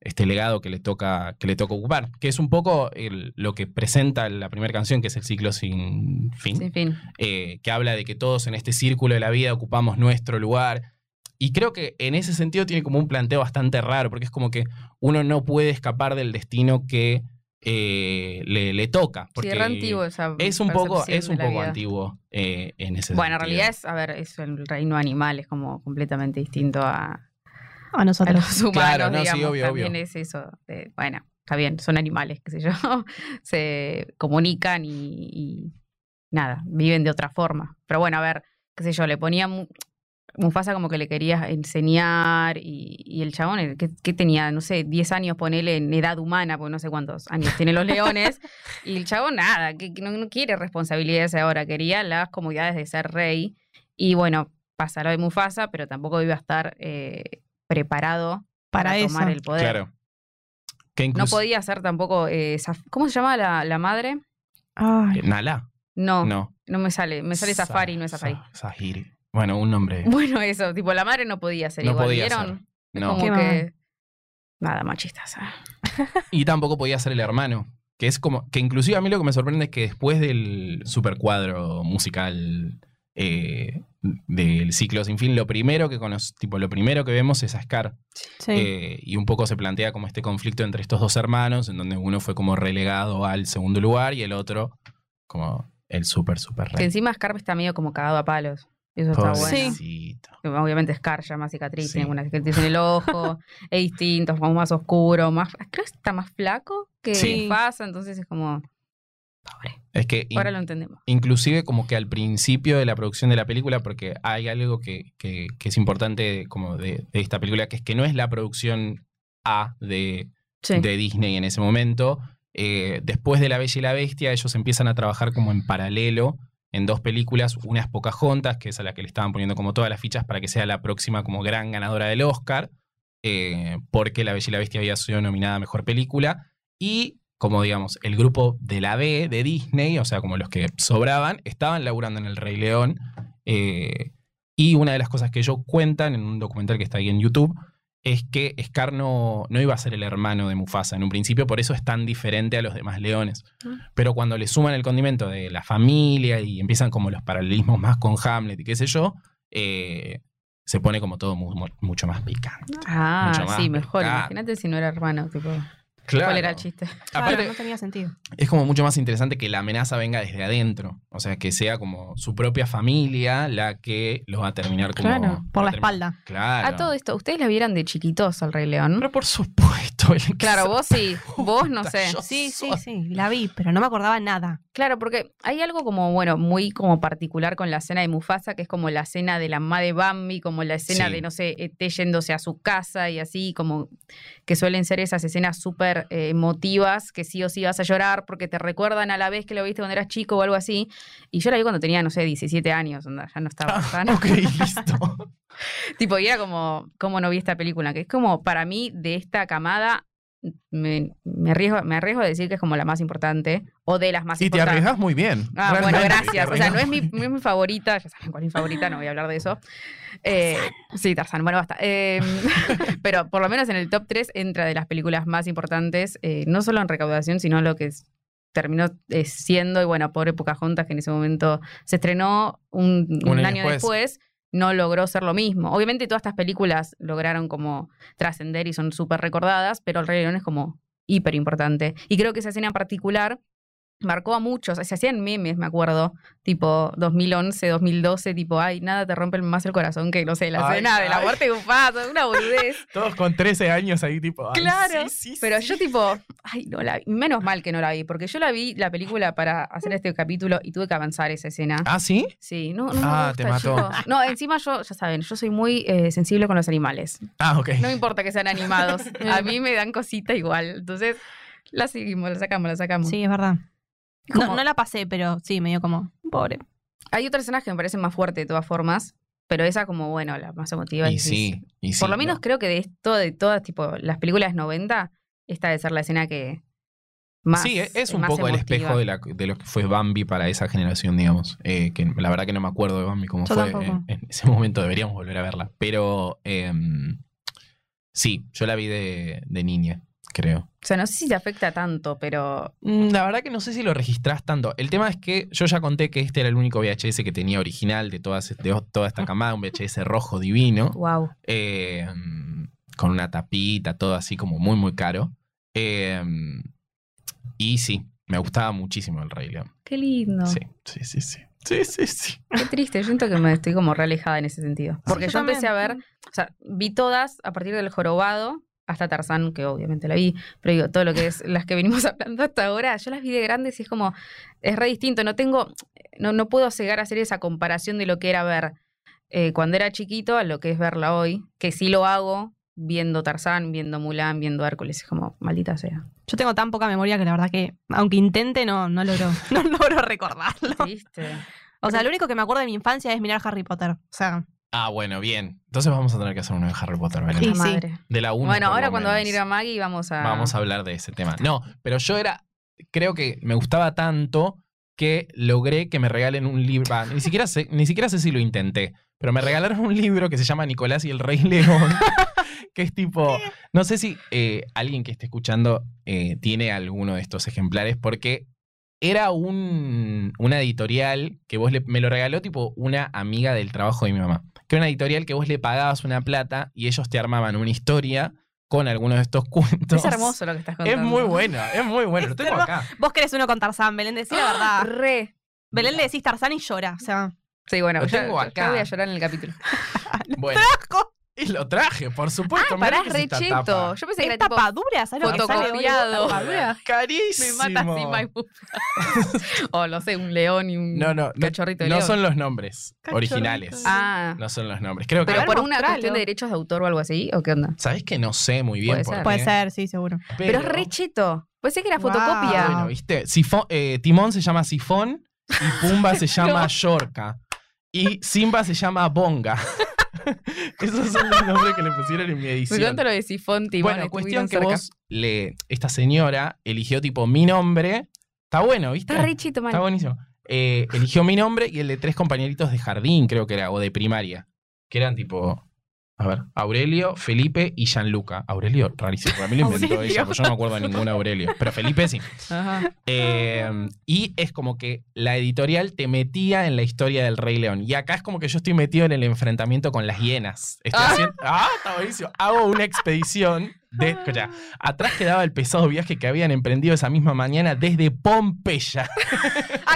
[SPEAKER 1] este legado que le toca que le toca ocupar que es un poco el- lo que presenta la primera canción que es el ciclo sin fin
[SPEAKER 2] Sin fin.
[SPEAKER 1] eh, que habla de que todos en este círculo de la vida ocupamos nuestro lugar. Y creo que en ese sentido tiene como un planteo bastante raro, porque es como que uno no puede escapar del destino que eh, le, le toca.
[SPEAKER 2] Sí,
[SPEAKER 1] Porque
[SPEAKER 2] re antiguo esa
[SPEAKER 1] es un poco,
[SPEAKER 2] percepción
[SPEAKER 1] es
[SPEAKER 2] de
[SPEAKER 1] un
[SPEAKER 2] la
[SPEAKER 1] poco
[SPEAKER 2] vida.
[SPEAKER 1] antiguo eh, en ese
[SPEAKER 2] Bueno, en
[SPEAKER 1] sentido.
[SPEAKER 2] realidad es, a ver, es el reino animal, es como completamente distinto a,
[SPEAKER 3] A
[SPEAKER 2] a
[SPEAKER 3] nosotros.
[SPEAKER 2] los humanos,
[SPEAKER 1] Claro, no, sí,
[SPEAKER 2] digamos.
[SPEAKER 1] obvio,
[SPEAKER 2] También
[SPEAKER 1] obvio.
[SPEAKER 2] es eso. de- bueno, está bien, son animales, qué sé yo. Se comunican y, y nada, viven de otra forma. Pero bueno, a ver, qué sé yo, le ponía mu- Mufasa como que le quería enseñar y, y el chabón, el que, que tenía, no sé, 10 años, ponele en edad humana, porque no sé cuántos años tienen los leones, y el chabón nada, que, que no, no quiere responsabilidades ahora, quería las comodidades de ser rey. Y bueno, pasa lo de Mufasa, pero tampoco iba a estar eh, preparado para,
[SPEAKER 3] Para eso.
[SPEAKER 2] tomar el poder.
[SPEAKER 1] Claro. Que
[SPEAKER 2] No
[SPEAKER 1] incluso,
[SPEAKER 2] podía ser tampoco eh, Saf- ¿Cómo se llama la, la madre?
[SPEAKER 3] Ay,
[SPEAKER 1] eh, Nala,
[SPEAKER 2] No, no,
[SPEAKER 1] no.
[SPEAKER 2] me sale. Me sale
[SPEAKER 1] Sa-
[SPEAKER 2] Safari, no es
[SPEAKER 1] Sa-
[SPEAKER 2] Safari.
[SPEAKER 1] Sahiri. Bueno, un nombre.
[SPEAKER 2] Bueno, eso, tipo, la madre no podía ser
[SPEAKER 1] No
[SPEAKER 2] igual.
[SPEAKER 1] podía
[SPEAKER 2] ¿Vieron?
[SPEAKER 1] ser.
[SPEAKER 2] Es
[SPEAKER 1] No.
[SPEAKER 2] como
[SPEAKER 3] Qué
[SPEAKER 2] que. Nada, machistas. ah.
[SPEAKER 1] Y tampoco podía ser el hermano. Que es como. Que inclusive a mí lo que me sorprende es que después del supercuadro musical eh, del ciclo sin fin, lo primero que cono- tipo, lo primero que vemos es a Scar.
[SPEAKER 3] sí.
[SPEAKER 1] Eh, y un poco se plantea como este conflicto entre estos dos hermanos, en donde uno fue como relegado al segundo lugar y el otro como el super super
[SPEAKER 2] Que
[SPEAKER 1] rey.
[SPEAKER 2] encima Scar está medio como cagado a palos. y Eso está bueno.
[SPEAKER 1] Pobrecito.
[SPEAKER 2] Obviamente Scar ya más cicatriz,
[SPEAKER 1] Sí.
[SPEAKER 2] tiene una cicatriz en el ojo, es distinto, es como más oscuro, más, creo que está más flaco que
[SPEAKER 1] Sí.
[SPEAKER 2] pasa, entonces es como,
[SPEAKER 1] Es que in-
[SPEAKER 2] ahora lo entendemos.
[SPEAKER 1] inclusive como que al principio de la producción de la película, porque hay algo que, que- que es importante como de, de esta película, que es que no es la producción A de,
[SPEAKER 2] Sí.
[SPEAKER 1] de Disney en ese momento. Eh, después de La Bella y la Bestia, ellos empiezan a trabajar como en paralelo en dos películas, una es Pocahontas, que es a la que le estaban poniendo como todas las fichas para que sea la próxima como gran ganadora del Oscar, eh, porque La Bella y la Bestia había sido nominada a Mejor Película, y como digamos, el grupo de la B de Disney, o sea, como los que sobraban, estaban laburando en El Rey León, eh, y una de las cosas que ellos cuentan en un documental que está ahí en YouTube, es que Scar no, no iba a ser el hermano de Mufasa en un principio, por eso es tan diferente a los demás leones.
[SPEAKER 2] Ah.
[SPEAKER 1] Pero cuando le suman el condimento de la familia y empiezan como los paralelismos más con Hamlet y qué sé yo, eh, se pone como todo mu- mu- mucho más picante.
[SPEAKER 2] Ah,
[SPEAKER 1] Mucho más
[SPEAKER 2] sí, mejor.
[SPEAKER 1] picante.
[SPEAKER 2] Imagínate si no era hermano, tipo,
[SPEAKER 1] Claro.
[SPEAKER 2] ¿cuál era el chiste?
[SPEAKER 3] Claro,
[SPEAKER 1] Aparte,
[SPEAKER 3] no tenía sentido.
[SPEAKER 1] es como mucho más interesante que la amenaza venga desde adentro. O sea, que sea como su propia familia la que lo va a terminar como.
[SPEAKER 2] Claro,
[SPEAKER 3] Por
[SPEAKER 1] va
[SPEAKER 3] la
[SPEAKER 1] a terminar-
[SPEAKER 3] espalda.
[SPEAKER 1] Claro.
[SPEAKER 2] A todo esto, ustedes la vieron de chiquitos al Rey León.
[SPEAKER 1] Ah, Pero por supuesto. el-
[SPEAKER 2] Claro, vos sí, vos no sé.
[SPEAKER 1] Yo
[SPEAKER 3] Sí, sí,
[SPEAKER 1] soy-
[SPEAKER 3] sí. La vi, pero no me acordaba nada.
[SPEAKER 2] Claro, porque hay algo como, bueno, muy como particular con la escena de Mufasa, que es como la escena de la mamá de Bambi, como la escena
[SPEAKER 1] Sí.
[SPEAKER 2] de, no sé, Ete yéndose a su casa y así, como que suelen ser esas escenas súper eh, emotivas, que sí o sí vas a llorar porque te recuerdan a la vez que lo viste cuando eras chico o algo así. Y yo la vi cuando tenía, no sé, 17 años, onda, ya no estaba tan...
[SPEAKER 1] Ok, listo.
[SPEAKER 2] Tipo, y era como, ¿cómo no vi esta película? Que es como, para mí, de esta camada, me, me arriesgo, me arriesgo a decir que es como la más importante, o de las más
[SPEAKER 5] Y te
[SPEAKER 2] importantes.
[SPEAKER 5] arriesgas muy bien.
[SPEAKER 2] Ah, bueno,
[SPEAKER 5] Realmente, te
[SPEAKER 2] gracias. O sea,
[SPEAKER 5] arriesgas
[SPEAKER 2] no es mi, no es mi favorita, ya saben cuál es mi favorita, no voy a hablar de eso. Eh, sí, Tarzán, bueno, basta. Eh, pero por lo menos en el top 3 entra de las películas más importantes, eh, no solo en recaudación, sino lo que es- terminó eh, siendo, y bueno, pobre Pocahontas, que en ese momento se estrenó un, un
[SPEAKER 1] Un año
[SPEAKER 2] año
[SPEAKER 1] después.
[SPEAKER 2] después, no logró ser lo mismo. Obviamente todas estas películas lograron como trascender y son súper recordadas, pero El Rey León es como hiper importante. Y creo que esa escena en particular marcó a muchos, se hacían memes, me acuerdo, tipo 2011, 2012, tipo, ay, nada te rompe más el corazón que, no sé, la
[SPEAKER 1] Ay,
[SPEAKER 2] cena de la
[SPEAKER 1] ay.
[SPEAKER 2] muerte de un pato, una boludez.
[SPEAKER 1] Todos con 13 años ahí, tipo. ay,
[SPEAKER 2] Claro,
[SPEAKER 1] sí, sí,
[SPEAKER 2] Pero
[SPEAKER 1] sí.
[SPEAKER 2] yo tipo, ay, no la vi. Menos mal que no la vi, porque yo la vi la película para hacer este capítulo y tuve que avanzar esa escena.
[SPEAKER 1] ¿Ah, sí?
[SPEAKER 2] Sí, no, no
[SPEAKER 1] Ah,
[SPEAKER 2] me
[SPEAKER 1] te
[SPEAKER 2] gusta,
[SPEAKER 1] mató.
[SPEAKER 2] chicos. No, encima yo, ya saben, yo soy muy eh, sensible con los animales.
[SPEAKER 1] Ah, ok.
[SPEAKER 2] No me importa que sean animados, a mí me dan cosita igual. Entonces, la seguimos, la sacamos, la sacamos.
[SPEAKER 3] Sí, es verdad.
[SPEAKER 2] Como-
[SPEAKER 3] No, no la pasé, pero sí, medio como, pobre.
[SPEAKER 2] Hay otro personaje que me parece más fuerte de todas formas, pero esa como, bueno, la más emotiva.
[SPEAKER 1] y
[SPEAKER 2] decís.
[SPEAKER 1] sí, y sí.
[SPEAKER 2] Por lo
[SPEAKER 1] no.
[SPEAKER 2] menos creo que de esto, de todas tipo las películas 90, esta debe ser la escena que más
[SPEAKER 1] sí, e-, es- es un
[SPEAKER 2] más
[SPEAKER 1] poco el
[SPEAKER 2] emotiva.
[SPEAKER 1] espejo de, la- de lo que fue Bambi para esa generación, digamos. Eh, que la verdad que no me acuerdo de Bambi como
[SPEAKER 3] Yo
[SPEAKER 1] fue
[SPEAKER 3] tampoco.
[SPEAKER 1] en, en ese momento. Deberíamos volver a verla. Pero em, sí, yo la vi de, de niña, creo.
[SPEAKER 2] O sea, no sé si te afecta tanto, pero
[SPEAKER 1] Mm, La verdad que no sé si lo registrás tanto. El tema es que yo ya conté que este era el único VHS que tenía original de, todas, de toda esta camada, un VHS rojo divino.
[SPEAKER 2] wow.
[SPEAKER 1] eh, con una tapita, todo así como muy, muy caro. Eh, y sí, me gustaba muchísimo el Rey León.
[SPEAKER 2] Qué lindo.
[SPEAKER 1] Sí, sí, sí, sí. Sí, sí, sí.
[SPEAKER 2] Qué triste. Yo siento que me estoy como re alejada en ese sentido. Porque
[SPEAKER 3] Sí,
[SPEAKER 2] yo, empecé a
[SPEAKER 3] también.
[SPEAKER 2] ver, o sea, vi todas a partir del jorobado hasta Tarzán, que obviamente la vi, pero digo, todo lo que es las que venimos hablando hasta ahora, yo las vi de grandes y es como, es re distinto, no tengo, no, no puedo llegar a hacer esa comparación de lo que era ver eh, cuando era chiquito a lo que es verla hoy, que sí lo hago viendo Tarzán, viendo Mulan, viendo Hércules, es como, maldita sea.
[SPEAKER 3] Yo tengo tan poca memoria que la verdad que, aunque intente, no, no logro, no logro recordarlo.
[SPEAKER 2] Triste.
[SPEAKER 3] O sea, lo único que me acuerdo de mi infancia es mirar Harry Potter. O sea,
[SPEAKER 1] Ah, bueno, bien. Entonces vamos a tener que hacer uno de Harry Potter, Belén.
[SPEAKER 3] Sí,
[SPEAKER 2] La
[SPEAKER 3] sí.
[SPEAKER 2] madre.
[SPEAKER 1] De la 1.
[SPEAKER 2] Bueno, ahora cuando va a venir a Maggie vamos a...
[SPEAKER 1] Vamos a hablar de ese tema. No, pero yo era. Creo que me gustaba tanto que logré que me regalen un libro. Ah, ni, siquiera sé, ni siquiera sé si lo intenté, pero me regalaron un libro que se llama Nicolás y el Rey León. que es tipo. No sé si eh, alguien que esté escuchando eh, tiene alguno de estos ejemplares, porque era un, una editorial que vos le, me lo regaló tipo una amiga del trabajo de mi mamá. Que era una editorial que vos le pagabas una plata y ellos te armaban una historia con algunos de estos cuentos.
[SPEAKER 2] Es hermoso lo que estás
[SPEAKER 1] Es
[SPEAKER 2] contando.
[SPEAKER 1] muy bueno, es muy bueno. Lo tengo
[SPEAKER 3] hermo-
[SPEAKER 1] acá.
[SPEAKER 3] vos querés uno con Tarzán, Belén, decí la verdad.
[SPEAKER 2] Re.
[SPEAKER 3] Belén le decís Tarzán y llora. O sea,
[SPEAKER 2] Sí, bueno,
[SPEAKER 1] Lo
[SPEAKER 2] ya-
[SPEAKER 1] tengo
[SPEAKER 2] ya- ya
[SPEAKER 1] acá.
[SPEAKER 2] voy a llorar en el capítulo.
[SPEAKER 1] Bueno. Y lo traje, por supuesto.
[SPEAKER 2] Ah,
[SPEAKER 1] mirá
[SPEAKER 2] pará,
[SPEAKER 1] lo que es esta
[SPEAKER 2] recheto.
[SPEAKER 1] tapa.
[SPEAKER 2] Yo pensé que
[SPEAKER 3] es
[SPEAKER 2] era tipo
[SPEAKER 3] tapadura, ¿sabes lo que sale hoy?
[SPEAKER 2] fotocopiado. Me
[SPEAKER 1] Carísimo.
[SPEAKER 2] mata así my O no sé, un león y un
[SPEAKER 1] No, no, no,
[SPEAKER 2] cachorrito de
[SPEAKER 1] no
[SPEAKER 2] león.
[SPEAKER 1] son los nombres
[SPEAKER 3] Cachorrito.
[SPEAKER 1] originales.
[SPEAKER 2] Ah,
[SPEAKER 1] No son los nombres. Creo que.
[SPEAKER 2] pero
[SPEAKER 3] A ver,
[SPEAKER 2] por una
[SPEAKER 3] mostralo.
[SPEAKER 2] cuestión de derechos de autor o algo así, ¿o qué onda?
[SPEAKER 1] ¿Sabés que no sé muy bien
[SPEAKER 2] Puede
[SPEAKER 1] por
[SPEAKER 2] ser.
[SPEAKER 1] qué?
[SPEAKER 3] Puede ser, sí, seguro.
[SPEAKER 2] Pero, es re cheto. Pensé que era fotocopia.
[SPEAKER 3] Wow.
[SPEAKER 1] Ah, Bueno, ¿viste? Sifón- eh, Timón se llama Sifón y Pumba se llama Yorca. Y Simba se llama Bonga. Esos son los nombres que le pusieron en mi
[SPEAKER 2] Me
[SPEAKER 1] edición.
[SPEAKER 2] encanta lo de Sifón, Timón.
[SPEAKER 1] Bueno,
[SPEAKER 2] estuvieron
[SPEAKER 1] cuestión que
[SPEAKER 2] cerca.
[SPEAKER 1] vos le. Esta señora eligió tipo mi nombre. Está bueno, ¿viste?
[SPEAKER 2] Está re cheto, man.
[SPEAKER 1] Está buenísimo. Eh, eligió mi nombre y el de tres compañeritos de jardín, creo que era, o de primaria. Que eran tipo. A ver, Aurelio, Felipe y Gianluca. Aurelio, rarísimo. Para mí lo inventó
[SPEAKER 3] Aurelio.
[SPEAKER 1] ella, porque yo no me acuerdo de ningún Aurelio. Pero Felipe sí.
[SPEAKER 2] Ajá.
[SPEAKER 1] Eh, y es como que la editorial te metía en la historia del Rey León. Y acá es como que yo estoy metido en el enfrentamiento con las hienas. Estoy
[SPEAKER 2] Ah.
[SPEAKER 1] haciendo- ah, está buenísimo. Hago una expedición. De, escuchá, atrás quedaba el pesado viaje que habían emprendido esa misma mañana desde Pompeya.
[SPEAKER 2] Acá,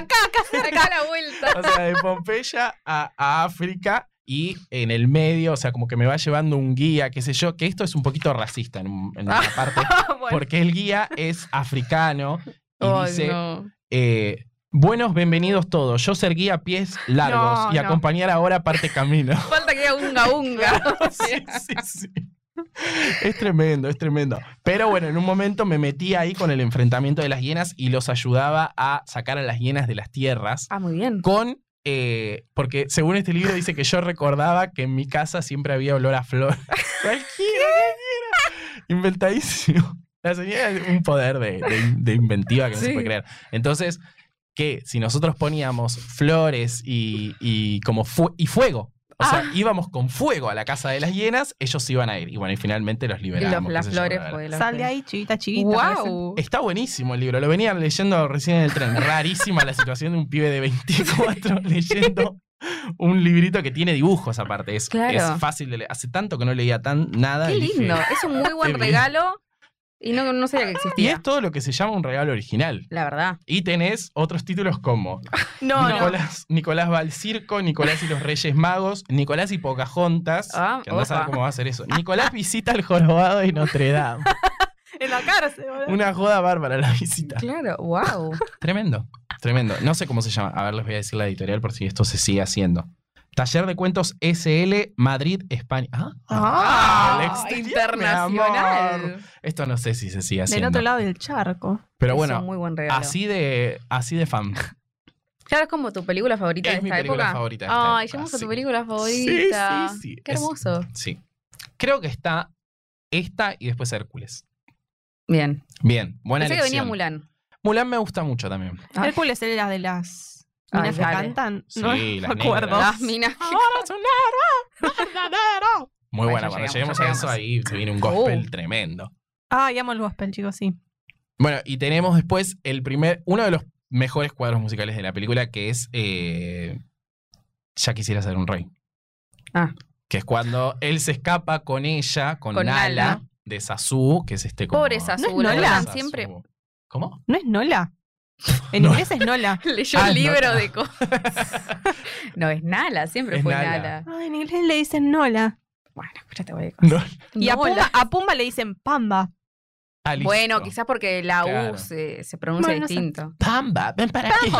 [SPEAKER 2] acá, cerca. Acá a la vuelta.
[SPEAKER 1] O sea, de Pompeya a, a África. Y en el medio, o sea, como que me va llevando un guía, qué sé yo, que esto es un poquito racista en, un- en una parte,
[SPEAKER 2] Ah,
[SPEAKER 1] porque el guía es africano y
[SPEAKER 2] Ay,
[SPEAKER 1] dice,
[SPEAKER 2] no.
[SPEAKER 1] eh, buenos bienvenidos todos. Yo serguía a pies largos
[SPEAKER 3] No,
[SPEAKER 1] y
[SPEAKER 3] no.
[SPEAKER 1] acompañar ahora parte camino.
[SPEAKER 2] Falta que haga unga unga.
[SPEAKER 1] Sí, sí, sí. Es tremendo, es tremendo. Pero bueno, en un momento me metí ahí con el enfrentamiento de las hienas y los ayudaba a sacar a las hienas de las tierras
[SPEAKER 2] Ah, muy bien.
[SPEAKER 1] con... eh, porque según este libro dice que yo recordaba que en mi casa siempre había olor a flor. Cualquiera, cualquiera. Inventadísimo. La señora es un poder de, de- de inventiva que no
[SPEAKER 2] Sí.
[SPEAKER 1] se puede creer. Entonces, que si nosotros poníamos flores y, y como fu- y fuego, o sea,
[SPEAKER 2] Ah.
[SPEAKER 1] íbamos con fuego a la casa de las hienas, ellos se iban a ir. Y bueno, y finalmente los
[SPEAKER 2] Y los-
[SPEAKER 1] liberamos. qué
[SPEAKER 2] las
[SPEAKER 1] sé yo,
[SPEAKER 2] flores
[SPEAKER 1] bla, bla, bla.
[SPEAKER 2] fue la
[SPEAKER 3] Sal de ahí, chivita, chivita.
[SPEAKER 2] Wow.
[SPEAKER 1] Está buenísimo el libro, lo venían leyendo recién en el tren. Rarísima la situación de un pibe de 24 leyendo un librito que tiene dibujos aparte. Es,
[SPEAKER 2] Claro.
[SPEAKER 1] es fácil de leer. Hace tanto que no leía tan nada.
[SPEAKER 2] Qué
[SPEAKER 1] y dije,
[SPEAKER 2] lindo. Es un muy buen
[SPEAKER 1] bien.
[SPEAKER 2] regalo Y no, no sabía que
[SPEAKER 1] Y
[SPEAKER 2] existía.
[SPEAKER 1] es todo lo que se llama un regalo original.
[SPEAKER 2] La verdad.
[SPEAKER 1] Y tenés otros títulos como
[SPEAKER 3] No, no.
[SPEAKER 1] Nicolás, Nicolás va al circo, Nicolás y los Reyes Magos, Nicolás y Pocahontas,
[SPEAKER 2] Ah,
[SPEAKER 1] que no sabe
[SPEAKER 2] opa.
[SPEAKER 1] cómo va a hacer eso. Nicolás visita al jorobado de Notre Dame.
[SPEAKER 3] En la cárcel, boludo.
[SPEAKER 1] Una joda bárbara la visita.
[SPEAKER 2] Claro, wow.
[SPEAKER 1] Tremendo, tremendo. No sé cómo se llama. A ver, les voy a decir la editorial por si esto se sigue haciendo. Taller de Cuentos SL Madrid, España. Ah,
[SPEAKER 3] Ah,
[SPEAKER 1] al exterior, mi amor.
[SPEAKER 2] internacional.
[SPEAKER 1] Esto no sé si se sigue
[SPEAKER 3] Del
[SPEAKER 1] haciendo.
[SPEAKER 3] otro lado del charco.
[SPEAKER 1] Pero
[SPEAKER 2] Es
[SPEAKER 1] bueno,
[SPEAKER 2] un muy buen regalo.
[SPEAKER 1] así de, así de fan.
[SPEAKER 2] Claro, es como tu película favorita
[SPEAKER 1] Es
[SPEAKER 2] de
[SPEAKER 1] mi
[SPEAKER 2] esta
[SPEAKER 1] película
[SPEAKER 2] época.
[SPEAKER 1] favorita de esta
[SPEAKER 2] Ay,
[SPEAKER 1] época,
[SPEAKER 2] llegamos a
[SPEAKER 1] sí.
[SPEAKER 2] tu película favorita.
[SPEAKER 1] sí, sí.
[SPEAKER 2] Qué
[SPEAKER 1] Es-
[SPEAKER 2] hermoso.
[SPEAKER 1] Sí. Creo que está esta y después Hércules.
[SPEAKER 2] Bien.
[SPEAKER 1] Bien, buena
[SPEAKER 2] Pensé que venía
[SPEAKER 1] elección.
[SPEAKER 2] Mulan.
[SPEAKER 1] Mulan me gusta mucho también.
[SPEAKER 2] Ah.
[SPEAKER 3] Hércules era de las
[SPEAKER 2] Ay,
[SPEAKER 3] minas que
[SPEAKER 2] dale.
[SPEAKER 3] cantan.
[SPEAKER 1] Sí,
[SPEAKER 3] no
[SPEAKER 1] las
[SPEAKER 3] me acuerdo.
[SPEAKER 1] negras.
[SPEAKER 2] Las minas.
[SPEAKER 1] Ahora son negros, verdaderos. Muy
[SPEAKER 2] Bueno,
[SPEAKER 1] buena,
[SPEAKER 2] ya
[SPEAKER 1] cuando lleguemos,
[SPEAKER 2] llegamos,
[SPEAKER 1] a
[SPEAKER 2] ya
[SPEAKER 1] eso
[SPEAKER 2] llegamos.
[SPEAKER 1] ahí se viene un gospel
[SPEAKER 2] Uh.
[SPEAKER 1] tremendo.
[SPEAKER 3] Ah, y amo el gospel, chicos, sí.
[SPEAKER 1] Bueno, y tenemos después el primer, uno de los mejores cuadros musicales de la película, que es eh, Ya quisiera ser un rey.
[SPEAKER 2] Ah.
[SPEAKER 1] Que es cuando él se escapa con ella, con,
[SPEAKER 2] Con
[SPEAKER 1] Nala,
[SPEAKER 2] Nala.
[SPEAKER 1] de Sasu, que es este como...
[SPEAKER 2] Pobre Sasu,
[SPEAKER 3] No
[SPEAKER 2] la
[SPEAKER 3] es Nola.
[SPEAKER 2] usan
[SPEAKER 1] Sasu.
[SPEAKER 2] siempre.
[SPEAKER 1] ¿Cómo?
[SPEAKER 3] ¿No es Nola? En
[SPEAKER 1] No.
[SPEAKER 3] inglés es Nola.
[SPEAKER 2] Leyó
[SPEAKER 1] Ah,
[SPEAKER 2] el
[SPEAKER 1] es
[SPEAKER 2] libro
[SPEAKER 1] Nala.
[SPEAKER 2] de cosas. No, es Nala, siempre
[SPEAKER 1] Es
[SPEAKER 2] fue
[SPEAKER 1] Nala.
[SPEAKER 2] Nala.
[SPEAKER 3] Ah, en inglés le dicen Nola.
[SPEAKER 2] Bueno, escuchate, voy a
[SPEAKER 1] No.
[SPEAKER 3] Y a Pumba, a Pumba le dicen Pamba.
[SPEAKER 1] Ah, listo.
[SPEAKER 2] Bueno, quizás porque la U
[SPEAKER 1] Claro.
[SPEAKER 2] se, se pronuncia
[SPEAKER 3] Bueno, no sé.
[SPEAKER 2] distinto.
[SPEAKER 1] Pamba, ven para aquí.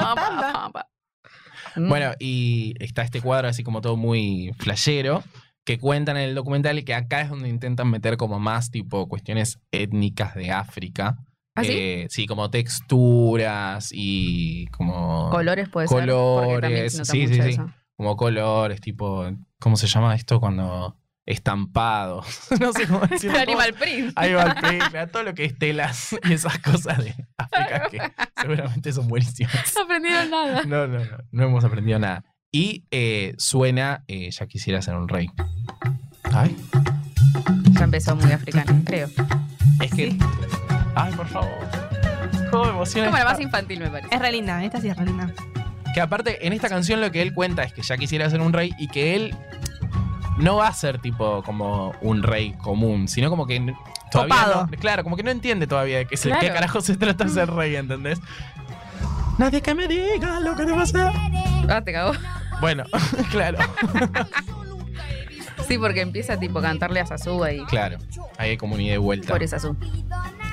[SPEAKER 2] Mm.
[SPEAKER 1] Bueno, y está este cuadro así como todo muy flashero que cuentan en el documental y que acá es donde intentan meter como más tipo cuestiones étnicas de África.
[SPEAKER 2] ¿Ah, sí?
[SPEAKER 1] Eh, sí, como texturas y como
[SPEAKER 2] colores puede ser. porque también
[SPEAKER 1] Ah. colores,
[SPEAKER 2] se nota
[SPEAKER 1] sí,
[SPEAKER 2] mucho
[SPEAKER 1] sí, sí.
[SPEAKER 2] eso.
[SPEAKER 1] como colores, tipo, ¿cómo se llama esto cuando estampados? no sé cómo decirlo.
[SPEAKER 2] El Animal Print.
[SPEAKER 1] Ahí va el pibe, todo lo que es telas y esas cosas de África que seguramente son buenísimas.
[SPEAKER 2] No aprendieron nada.
[SPEAKER 1] No, no, no, no hemos aprendido nada. Y eh, suena eh, Ya quisiera ser un rey. Ay,
[SPEAKER 2] Ya empezó muy africano, creo.
[SPEAKER 1] es que. Ay, por favor. Todo emociona.
[SPEAKER 2] Como la
[SPEAKER 1] esta-
[SPEAKER 2] más infantil, me parece.
[SPEAKER 3] Es re linda, esta sí es re linda.
[SPEAKER 1] Que aparte, en esta canción lo que él cuenta es que ya quisiera ser un rey y que él no va a ser tipo como un rey común, sino como que. n- todavía
[SPEAKER 3] Copado.
[SPEAKER 1] no- claro, como que no entiende todavía de qué, se-
[SPEAKER 2] Claro.
[SPEAKER 1] qué carajo se trata de ser rey, ¿entendés? Nadie que me diga lo que debo hacer.
[SPEAKER 2] Ah, te cagó.
[SPEAKER 1] Bueno, claro,
[SPEAKER 2] Sí, porque empieza tipo a cantarle a Sasu ahí.
[SPEAKER 1] claro. Ahí hay como una ida y vuelta.
[SPEAKER 2] Pobre Sasu.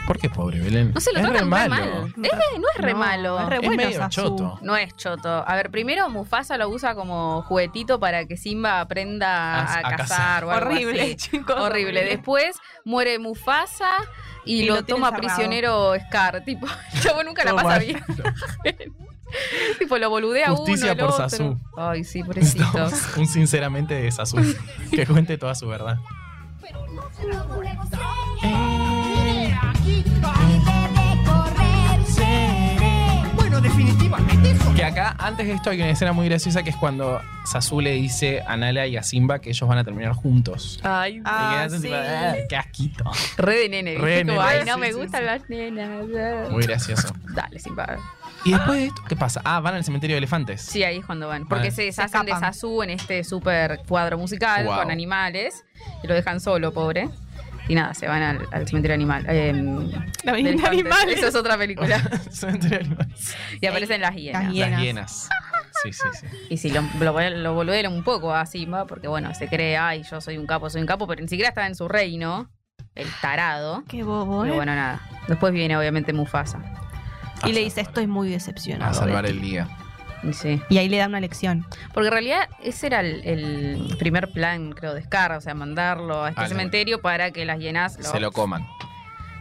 [SPEAKER 1] ¿Por qué pobre, Belén?
[SPEAKER 2] No se lo
[SPEAKER 1] es
[SPEAKER 2] tratan
[SPEAKER 1] re
[SPEAKER 2] re
[SPEAKER 1] malo.
[SPEAKER 2] mal. Es re- Eh, no es re
[SPEAKER 3] No,
[SPEAKER 2] malo.
[SPEAKER 3] es re
[SPEAKER 1] Es
[SPEAKER 3] bueno,
[SPEAKER 1] medio
[SPEAKER 3] Sasu.
[SPEAKER 1] choto.
[SPEAKER 2] No es choto. A ver, primero Mufasa lo usa como juguetito para que Simba aprenda
[SPEAKER 1] A-
[SPEAKER 2] a,
[SPEAKER 1] a
[SPEAKER 2] cazar,
[SPEAKER 1] cazar.
[SPEAKER 2] o algo
[SPEAKER 3] Horrible,
[SPEAKER 2] así.
[SPEAKER 3] chicos.
[SPEAKER 2] Horrible. Después muere Mufasa y,
[SPEAKER 3] Y
[SPEAKER 2] lo,
[SPEAKER 3] lo tiene
[SPEAKER 2] toma
[SPEAKER 3] encerrado.
[SPEAKER 2] prisionero Scar. Tipo, el chabón nunca la
[SPEAKER 1] Todo
[SPEAKER 2] pasa
[SPEAKER 1] mal.
[SPEAKER 2] bien. tipo, lo boludea
[SPEAKER 1] Justicia
[SPEAKER 2] uno. el
[SPEAKER 1] por
[SPEAKER 2] otro.
[SPEAKER 1] Sasu.
[SPEAKER 2] Ay, sí, pobrecito.
[SPEAKER 1] Necesitamos un sinceramente de Sasu que cuente toda su verdad.
[SPEAKER 5] Bueno, definitivamente eso.
[SPEAKER 1] Que acá, antes de esto, hay una escena muy graciosa que es cuando Sasu le dice a Nala y a Simba que ellos van a terminar juntos.
[SPEAKER 2] Ay,
[SPEAKER 1] Y
[SPEAKER 3] Ah,
[SPEAKER 1] quedan
[SPEAKER 3] sí.
[SPEAKER 1] tipo, "Ah, qué asquito.
[SPEAKER 2] re de nene. ¿viste?
[SPEAKER 1] Re de
[SPEAKER 2] Como,
[SPEAKER 1] nene,
[SPEAKER 2] Ay,
[SPEAKER 1] sí,
[SPEAKER 2] no me
[SPEAKER 1] sí,
[SPEAKER 2] gustan
[SPEAKER 1] sí.
[SPEAKER 2] las nenas.
[SPEAKER 1] Muy gracioso.
[SPEAKER 2] Dale, Simba.
[SPEAKER 1] Y después de esto, ¿qué pasa? Ah, van al cementerio de elefantes.
[SPEAKER 2] Sí, ahí es cuando van. Porque
[SPEAKER 1] Vale.
[SPEAKER 2] se deshacen de
[SPEAKER 3] escapan.
[SPEAKER 2] Sasu en este super cuadro musical
[SPEAKER 1] Wow.
[SPEAKER 2] con animales. Y lo dejan solo, pobre. Y nada, se van al, al cementerio animal. eh,
[SPEAKER 3] La
[SPEAKER 2] de
[SPEAKER 3] de
[SPEAKER 2] elefantes.
[SPEAKER 3] animales.
[SPEAKER 2] Eso es otra película.
[SPEAKER 1] cementerio de elefantes.
[SPEAKER 2] Y aparecen las hienas.
[SPEAKER 3] Las
[SPEAKER 1] Las
[SPEAKER 3] Hienas.
[SPEAKER 1] hienas. Sí, sí, sí.
[SPEAKER 2] Y si lo, lo, lo boludearon un poco a Simba, porque bueno, se cree, ay, yo soy un capo, soy un capo, pero ni siquiera estaba en su reino, el tarado.
[SPEAKER 3] Qué bobo, ¿eh?
[SPEAKER 2] Pero bueno, nada. Después viene obviamente Mufasa.
[SPEAKER 3] Y le
[SPEAKER 1] A
[SPEAKER 3] dice,
[SPEAKER 1] salvar-
[SPEAKER 3] estoy muy
[SPEAKER 1] A
[SPEAKER 3] decepcionado. de
[SPEAKER 1] salvar
[SPEAKER 3] ti".
[SPEAKER 1] el día.
[SPEAKER 2] Y Sí.
[SPEAKER 3] Y ahí le da una lección.
[SPEAKER 2] Porque en realidad ese era el, el primer plan, creo, de Scar, o sea, mandarlo a este
[SPEAKER 1] Al-
[SPEAKER 2] cementerio para que las hienas
[SPEAKER 1] Ah, Se lo coman.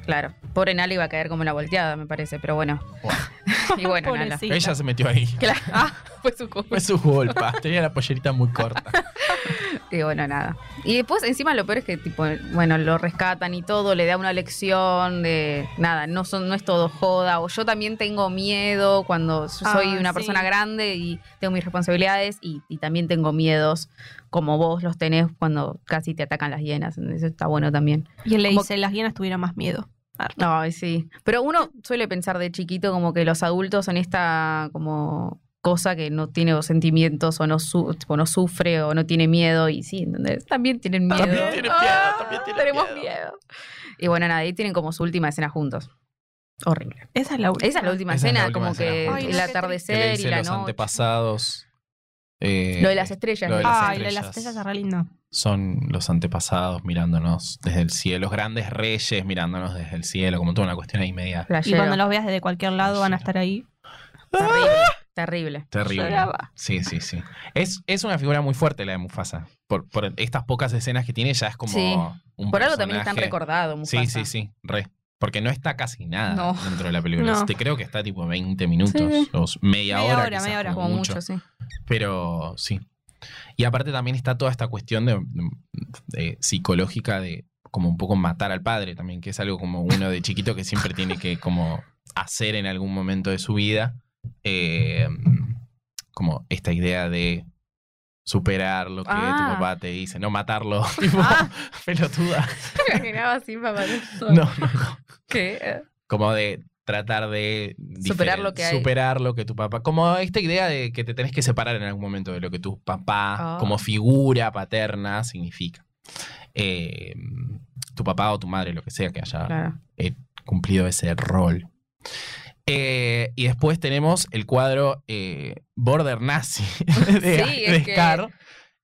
[SPEAKER 2] Claro. Pobre Nala iba a caer como la volteada, me parece, pero bueno.
[SPEAKER 1] Wow.
[SPEAKER 2] Y bueno, Nala.
[SPEAKER 3] Pobrecita.
[SPEAKER 1] Ella se metió ahí.
[SPEAKER 2] Claro. Ah, fue su culpa.
[SPEAKER 1] Fue su culpa. Tenía la pollerita muy corta.
[SPEAKER 2] Y bueno, nada. Y después, encima, lo peor es que, tipo, bueno, lo rescatan y todo, le da una lección de nada, no son, no es todo joda. O yo también tengo miedo cuando yo soy
[SPEAKER 3] Ah,
[SPEAKER 2] una
[SPEAKER 3] sí.
[SPEAKER 2] persona grande y tengo mis responsabilidades y, y también tengo miedos, como vos los tenés cuando casi te atacan las hienas. Eso está bueno también.
[SPEAKER 3] Y él le
[SPEAKER 2] Como-
[SPEAKER 3] dice, las hienas tuvieron más miedo.
[SPEAKER 2] Ay, sí. Pero uno suele pensar de chiquito como que los adultos son esta como cosa que no tiene sentimientos o no, su- tipo, no sufre o no tiene miedo y sí, ¿entendés? También tienen miedo.
[SPEAKER 6] También tienen miedo,
[SPEAKER 2] Ah,
[SPEAKER 6] también tienen
[SPEAKER 2] tenemos
[SPEAKER 6] miedo.
[SPEAKER 2] Y bueno, nada, ahí tienen como su última escena juntos. Horrible.
[SPEAKER 3] Esa es la última.
[SPEAKER 2] Esa es la última
[SPEAKER 1] Esa es la
[SPEAKER 2] escena,
[SPEAKER 1] última
[SPEAKER 2] como
[SPEAKER 1] escena
[SPEAKER 2] que
[SPEAKER 1] juntos.
[SPEAKER 3] Ay,
[SPEAKER 2] el
[SPEAKER 3] no, qué
[SPEAKER 1] que le
[SPEAKER 2] atardecer y
[SPEAKER 1] dice
[SPEAKER 2] la
[SPEAKER 1] los
[SPEAKER 2] noche.
[SPEAKER 1] antepasados. eh,
[SPEAKER 2] Lo de las estrellas.
[SPEAKER 1] lo de
[SPEAKER 2] ¿no?
[SPEAKER 1] las
[SPEAKER 3] Ay, la de las
[SPEAKER 1] estrellas.
[SPEAKER 3] estrellas es re lindo.
[SPEAKER 1] son los antepasados mirándonos desde el cielo, los grandes reyes mirándonos desde el cielo, como toda una cuestión ahí media
[SPEAKER 3] Y
[SPEAKER 2] Flashero.
[SPEAKER 3] cuando los veas desde cualquier lado van a estar ahí.
[SPEAKER 2] Terrible. terrible.
[SPEAKER 1] terrible.
[SPEAKER 3] Lloraba.
[SPEAKER 1] Sí, sí, sí. Es, es una figura muy fuerte la de Mufasa. Por, por estas pocas escenas que tiene, ya es como
[SPEAKER 2] Sí.
[SPEAKER 1] un
[SPEAKER 2] Por algo también están
[SPEAKER 1] personaje-
[SPEAKER 2] recordados,
[SPEAKER 1] Sí, sí, sí, re. Porque no está casi nada
[SPEAKER 2] No.
[SPEAKER 1] dentro de la película.
[SPEAKER 3] No.
[SPEAKER 1] Te creo que está tipo 20 minutos
[SPEAKER 2] Sí.
[SPEAKER 1] o s- media,
[SPEAKER 3] Media
[SPEAKER 1] hora.
[SPEAKER 3] hora,
[SPEAKER 1] quizás,
[SPEAKER 3] media hora,
[SPEAKER 2] Como mucho, sí.
[SPEAKER 1] Pero sí. Y aparte también está toda esta cuestión de, de- psicológica de como un poco matar al padre también, que es algo como uno de chiquito que siempre tiene que como hacer en algún momento de su vida. Eh, como esta idea de superar lo que
[SPEAKER 2] Ah.
[SPEAKER 1] tu papá te dice, no matarlo, tipo,
[SPEAKER 2] Ah.
[SPEAKER 1] pelotuda.
[SPEAKER 2] imaginaba así, papá.
[SPEAKER 1] No,
[SPEAKER 2] ¿Qué?
[SPEAKER 1] como de tratar de
[SPEAKER 2] Superar
[SPEAKER 1] diferen-
[SPEAKER 2] lo que hay.
[SPEAKER 1] superar lo que tu papá como esta idea de que te tenés que separar en algún momento de lo que tu papá
[SPEAKER 2] Ah.
[SPEAKER 1] como figura paterna significa Eh, tu papá o tu madre lo que sea que haya
[SPEAKER 2] Claro.
[SPEAKER 1] cumplido ese rol Eh, y después tenemos el cuadro eh, border nazi de,
[SPEAKER 2] Sí, es
[SPEAKER 1] de
[SPEAKER 2] que
[SPEAKER 1] Scar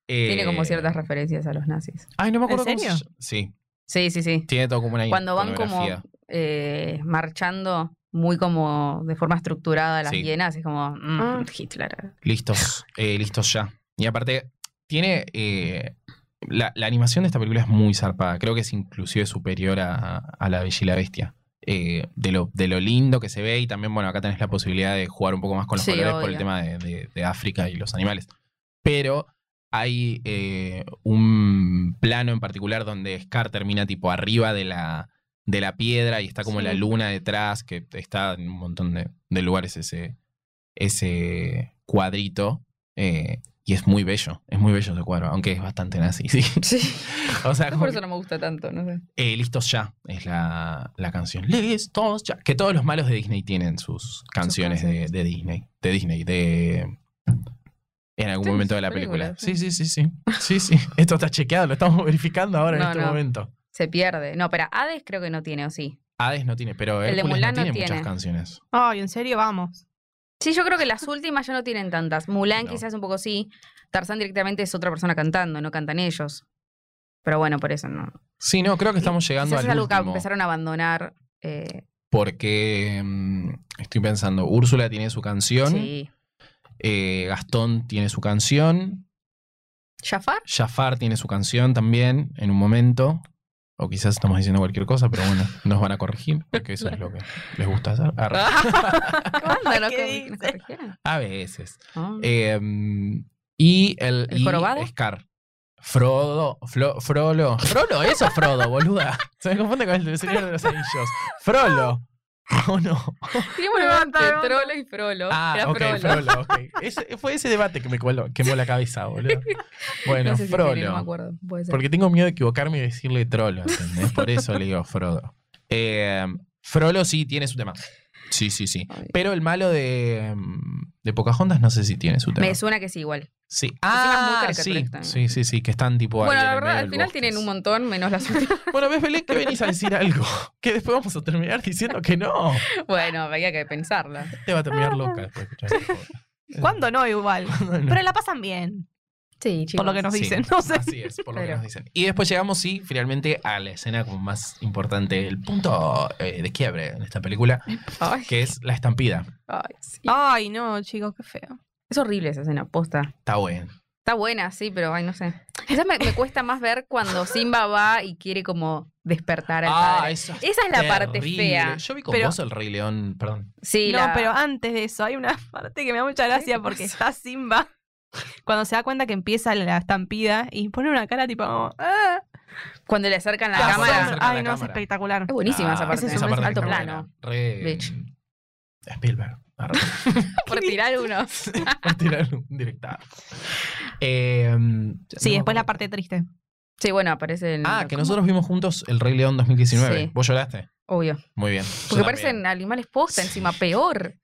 [SPEAKER 1] Eh,
[SPEAKER 2] Tiene como ciertas referencias a los nazis.
[SPEAKER 1] ay no me acuerdo
[SPEAKER 3] ¿En
[SPEAKER 1] cómo
[SPEAKER 3] serio?
[SPEAKER 1] se- sí
[SPEAKER 2] Sí, sí, sí.
[SPEAKER 1] tiene todo como una
[SPEAKER 2] Cuando van como
[SPEAKER 1] iconografía.
[SPEAKER 2] eh, marchando muy como de forma estructurada las
[SPEAKER 1] Sí.
[SPEAKER 2] hienas, es como mm,
[SPEAKER 3] Ah.
[SPEAKER 2] Hitler.
[SPEAKER 1] Listos, eh, listos ya. Y aparte, tiene. eh, la, la animación de esta película es muy zarpada. Creo que es inclusive superior a, a la Bella y la Bestia. Eh, de, lo, de lo lindo que se ve, y también, bueno, acá tenés la posibilidad de jugar un poco más con los
[SPEAKER 2] Sí,
[SPEAKER 1] colores por
[SPEAKER 2] obvio.
[SPEAKER 1] el tema de, de- de África y los animales. Pero hay eh, un plano en particular donde Scar termina tipo arriba de la, de la piedra y está como
[SPEAKER 3] Sí.
[SPEAKER 1] la luna detrás, que está en un montón de, de lugares ese, ese cuadrito. eh, y es muy bello, es muy bello ese cuadro, aunque es bastante nazi, sí.
[SPEAKER 2] Sí.
[SPEAKER 1] O sea, como
[SPEAKER 2] por
[SPEAKER 1] que-
[SPEAKER 2] eso no me gusta tanto, no sé.
[SPEAKER 1] eh, Listos ya es la, la canción. Listos ya. Que todos los malos de Disney tienen sus canciones, de-
[SPEAKER 2] canciones.
[SPEAKER 1] De, Disney. De Disney, de. En algún
[SPEAKER 2] Sí,
[SPEAKER 1] momento de
[SPEAKER 2] sus
[SPEAKER 1] la película.
[SPEAKER 2] películas,
[SPEAKER 1] Sí, sí, sí, sí. Sí, sí. Esto está chequeado, lo estamos verificando ahora en
[SPEAKER 2] No,
[SPEAKER 1] este
[SPEAKER 2] no.
[SPEAKER 1] momento.
[SPEAKER 2] Se pierde. No, pero Hades creo que no tiene, ¿o sí?
[SPEAKER 1] Hades no tiene, pero
[SPEAKER 2] El de
[SPEAKER 1] Hércules
[SPEAKER 2] Mulan
[SPEAKER 1] no
[SPEAKER 2] no
[SPEAKER 1] tiene, muchas
[SPEAKER 2] tiene.
[SPEAKER 1] canciones.
[SPEAKER 3] Ay, en serio, vamos.
[SPEAKER 2] Sí, yo creo que las últimas ya no tienen tantas. Mulan
[SPEAKER 1] No.
[SPEAKER 2] quizás un poco sí. Tarzán directamente es otra persona cantando, no cantan ellos. Pero bueno, por eso no.
[SPEAKER 1] Sí, no, creo que estamos llegando
[SPEAKER 2] Quizás
[SPEAKER 1] al
[SPEAKER 2] es algo que
[SPEAKER 1] último,
[SPEAKER 2] empezaron a abandonar. eh,
[SPEAKER 1] Porque mm, estoy pensando, Úrsula tiene su canción,
[SPEAKER 2] sí.
[SPEAKER 1] eh, Gastón tiene su canción,
[SPEAKER 2] ¿Jafar?
[SPEAKER 1] Jafar tiene su canción también en un momento. O quizás estamos diciendo cualquier cosa, pero bueno, nos van a corregir, porque eso es lo que les gusta hacer. Arre.
[SPEAKER 2] ¿Cuándo nos
[SPEAKER 3] ¿Qué
[SPEAKER 2] cor- nos
[SPEAKER 3] dice?
[SPEAKER 2] corrigieron?
[SPEAKER 1] A veces.
[SPEAKER 2] Ah.
[SPEAKER 1] Eh, mm, y el,
[SPEAKER 2] ¿El
[SPEAKER 1] y
[SPEAKER 2] jorobado?
[SPEAKER 1] Scar. Frodo, Flo- Frolo. Frolo, eso es Frodo, boluda. Se me confunde con el señor de los anillos. Frolo. Oh, no.
[SPEAKER 2] Teníamos el
[SPEAKER 3] Levanta,
[SPEAKER 2] debate,
[SPEAKER 3] levanta.
[SPEAKER 2] Trollo y Frollo.
[SPEAKER 1] Ah,
[SPEAKER 2] Era
[SPEAKER 1] ok,
[SPEAKER 2] Frollo.
[SPEAKER 1] Frollo, ok. Ese- fue ese debate que me coló- quemó la cabeza, boludo. Bueno,
[SPEAKER 2] no sé si es
[SPEAKER 1] Frollo.
[SPEAKER 2] serio, no me acuerdo. Puede ser.
[SPEAKER 1] Porque tengo miedo de equivocarme y decirle trolo, ¿entendés? Por eso le digo Frodo. Eh, Frollo sí tiene su tema. Sí, sí, sí.
[SPEAKER 2] Ay.
[SPEAKER 1] Pero el malo de, mm, de Pocahontas no sé si tiene su tema.
[SPEAKER 2] Me suena que sí, igual.
[SPEAKER 1] Sí.
[SPEAKER 2] es muy
[SPEAKER 1] Ah, sí,
[SPEAKER 2] caricaturista, ¿eh?
[SPEAKER 1] sí, sí, sí, que están tipo ahí
[SPEAKER 2] Bueno,
[SPEAKER 1] en
[SPEAKER 2] la
[SPEAKER 1] el
[SPEAKER 2] verdad,
[SPEAKER 1] medio
[SPEAKER 2] al
[SPEAKER 1] del
[SPEAKER 2] final
[SPEAKER 1] bosque.
[SPEAKER 2] tienen un montón, menos las últimas.
[SPEAKER 1] Bueno, ves, Belén, que venís a decir algo. Que después vamos a terminar diciendo que no.
[SPEAKER 2] bueno, había que pensarla.
[SPEAKER 1] Te va a terminar loca después. de escuchar este esto.
[SPEAKER 3] ¿Cuándo no igual?
[SPEAKER 1] Cuando Eh. no.
[SPEAKER 3] Pero la pasan bien,
[SPEAKER 2] Sí,
[SPEAKER 3] por lo que nos
[SPEAKER 1] Sí.
[SPEAKER 3] dicen. No sé.
[SPEAKER 1] Así es, por lo que
[SPEAKER 2] Pero-
[SPEAKER 1] nos dicen. Y después llegamos, sí, finalmente a la escena como más importante, el punto eh, de quiebre en esta película,
[SPEAKER 2] Ay,
[SPEAKER 1] que es la estampida.
[SPEAKER 2] ay, sí.
[SPEAKER 3] Ay, no, chicos, qué feo.
[SPEAKER 2] Es horrible esa escena, posta.
[SPEAKER 1] Está bueno.
[SPEAKER 2] Está buena, sí, pero ay, no sé. Quizás me, me cuesta más ver cuando Simba va y quiere como despertar al padre.
[SPEAKER 1] eso Ah, es
[SPEAKER 2] Esa es la parte
[SPEAKER 1] terrible.
[SPEAKER 2] fea.
[SPEAKER 1] Yo vi con
[SPEAKER 3] Pero-
[SPEAKER 1] vos el Rey León, perdón.
[SPEAKER 2] Sí,
[SPEAKER 3] no,
[SPEAKER 2] la-
[SPEAKER 3] pero antes de eso, hay una parte que me da mucha gracia
[SPEAKER 2] ¿Qué
[SPEAKER 3] porque
[SPEAKER 2] pasa?
[SPEAKER 3] está Simba. Cuando se da cuenta que empieza la estampida y pone una cara tipo. "Ah".
[SPEAKER 2] cuando le acercan la
[SPEAKER 1] Ah, cuando le
[SPEAKER 2] cámara.
[SPEAKER 1] acercan-
[SPEAKER 3] Ay,
[SPEAKER 1] la
[SPEAKER 3] no, es
[SPEAKER 1] cámara.
[SPEAKER 3] espectacular.
[SPEAKER 2] Es buenísima
[SPEAKER 1] Ah,
[SPEAKER 2] esa parte.
[SPEAKER 3] esa
[SPEAKER 2] ¿no?
[SPEAKER 3] parte
[SPEAKER 2] alto
[SPEAKER 1] está
[SPEAKER 2] plano.
[SPEAKER 1] buena. Re...
[SPEAKER 2] Bitch.
[SPEAKER 1] Spielberg. Arre.
[SPEAKER 2] Por tirar uno.
[SPEAKER 1] Por tirar un directado. Eh, no
[SPEAKER 3] Sí,
[SPEAKER 1] me
[SPEAKER 3] después la
[SPEAKER 1] acuerdo.
[SPEAKER 3] parte triste.
[SPEAKER 2] Sí, bueno, aparece el.
[SPEAKER 1] Ah, que
[SPEAKER 2] ¿cómo?
[SPEAKER 1] nosotros vimos juntos el Rey León 2019.
[SPEAKER 2] Sí.
[SPEAKER 1] ¿Vos lloraste?
[SPEAKER 2] Obvio.
[SPEAKER 1] Muy bien. Yo
[SPEAKER 2] Porque
[SPEAKER 1] también.
[SPEAKER 2] parecen animales posta, encima peor.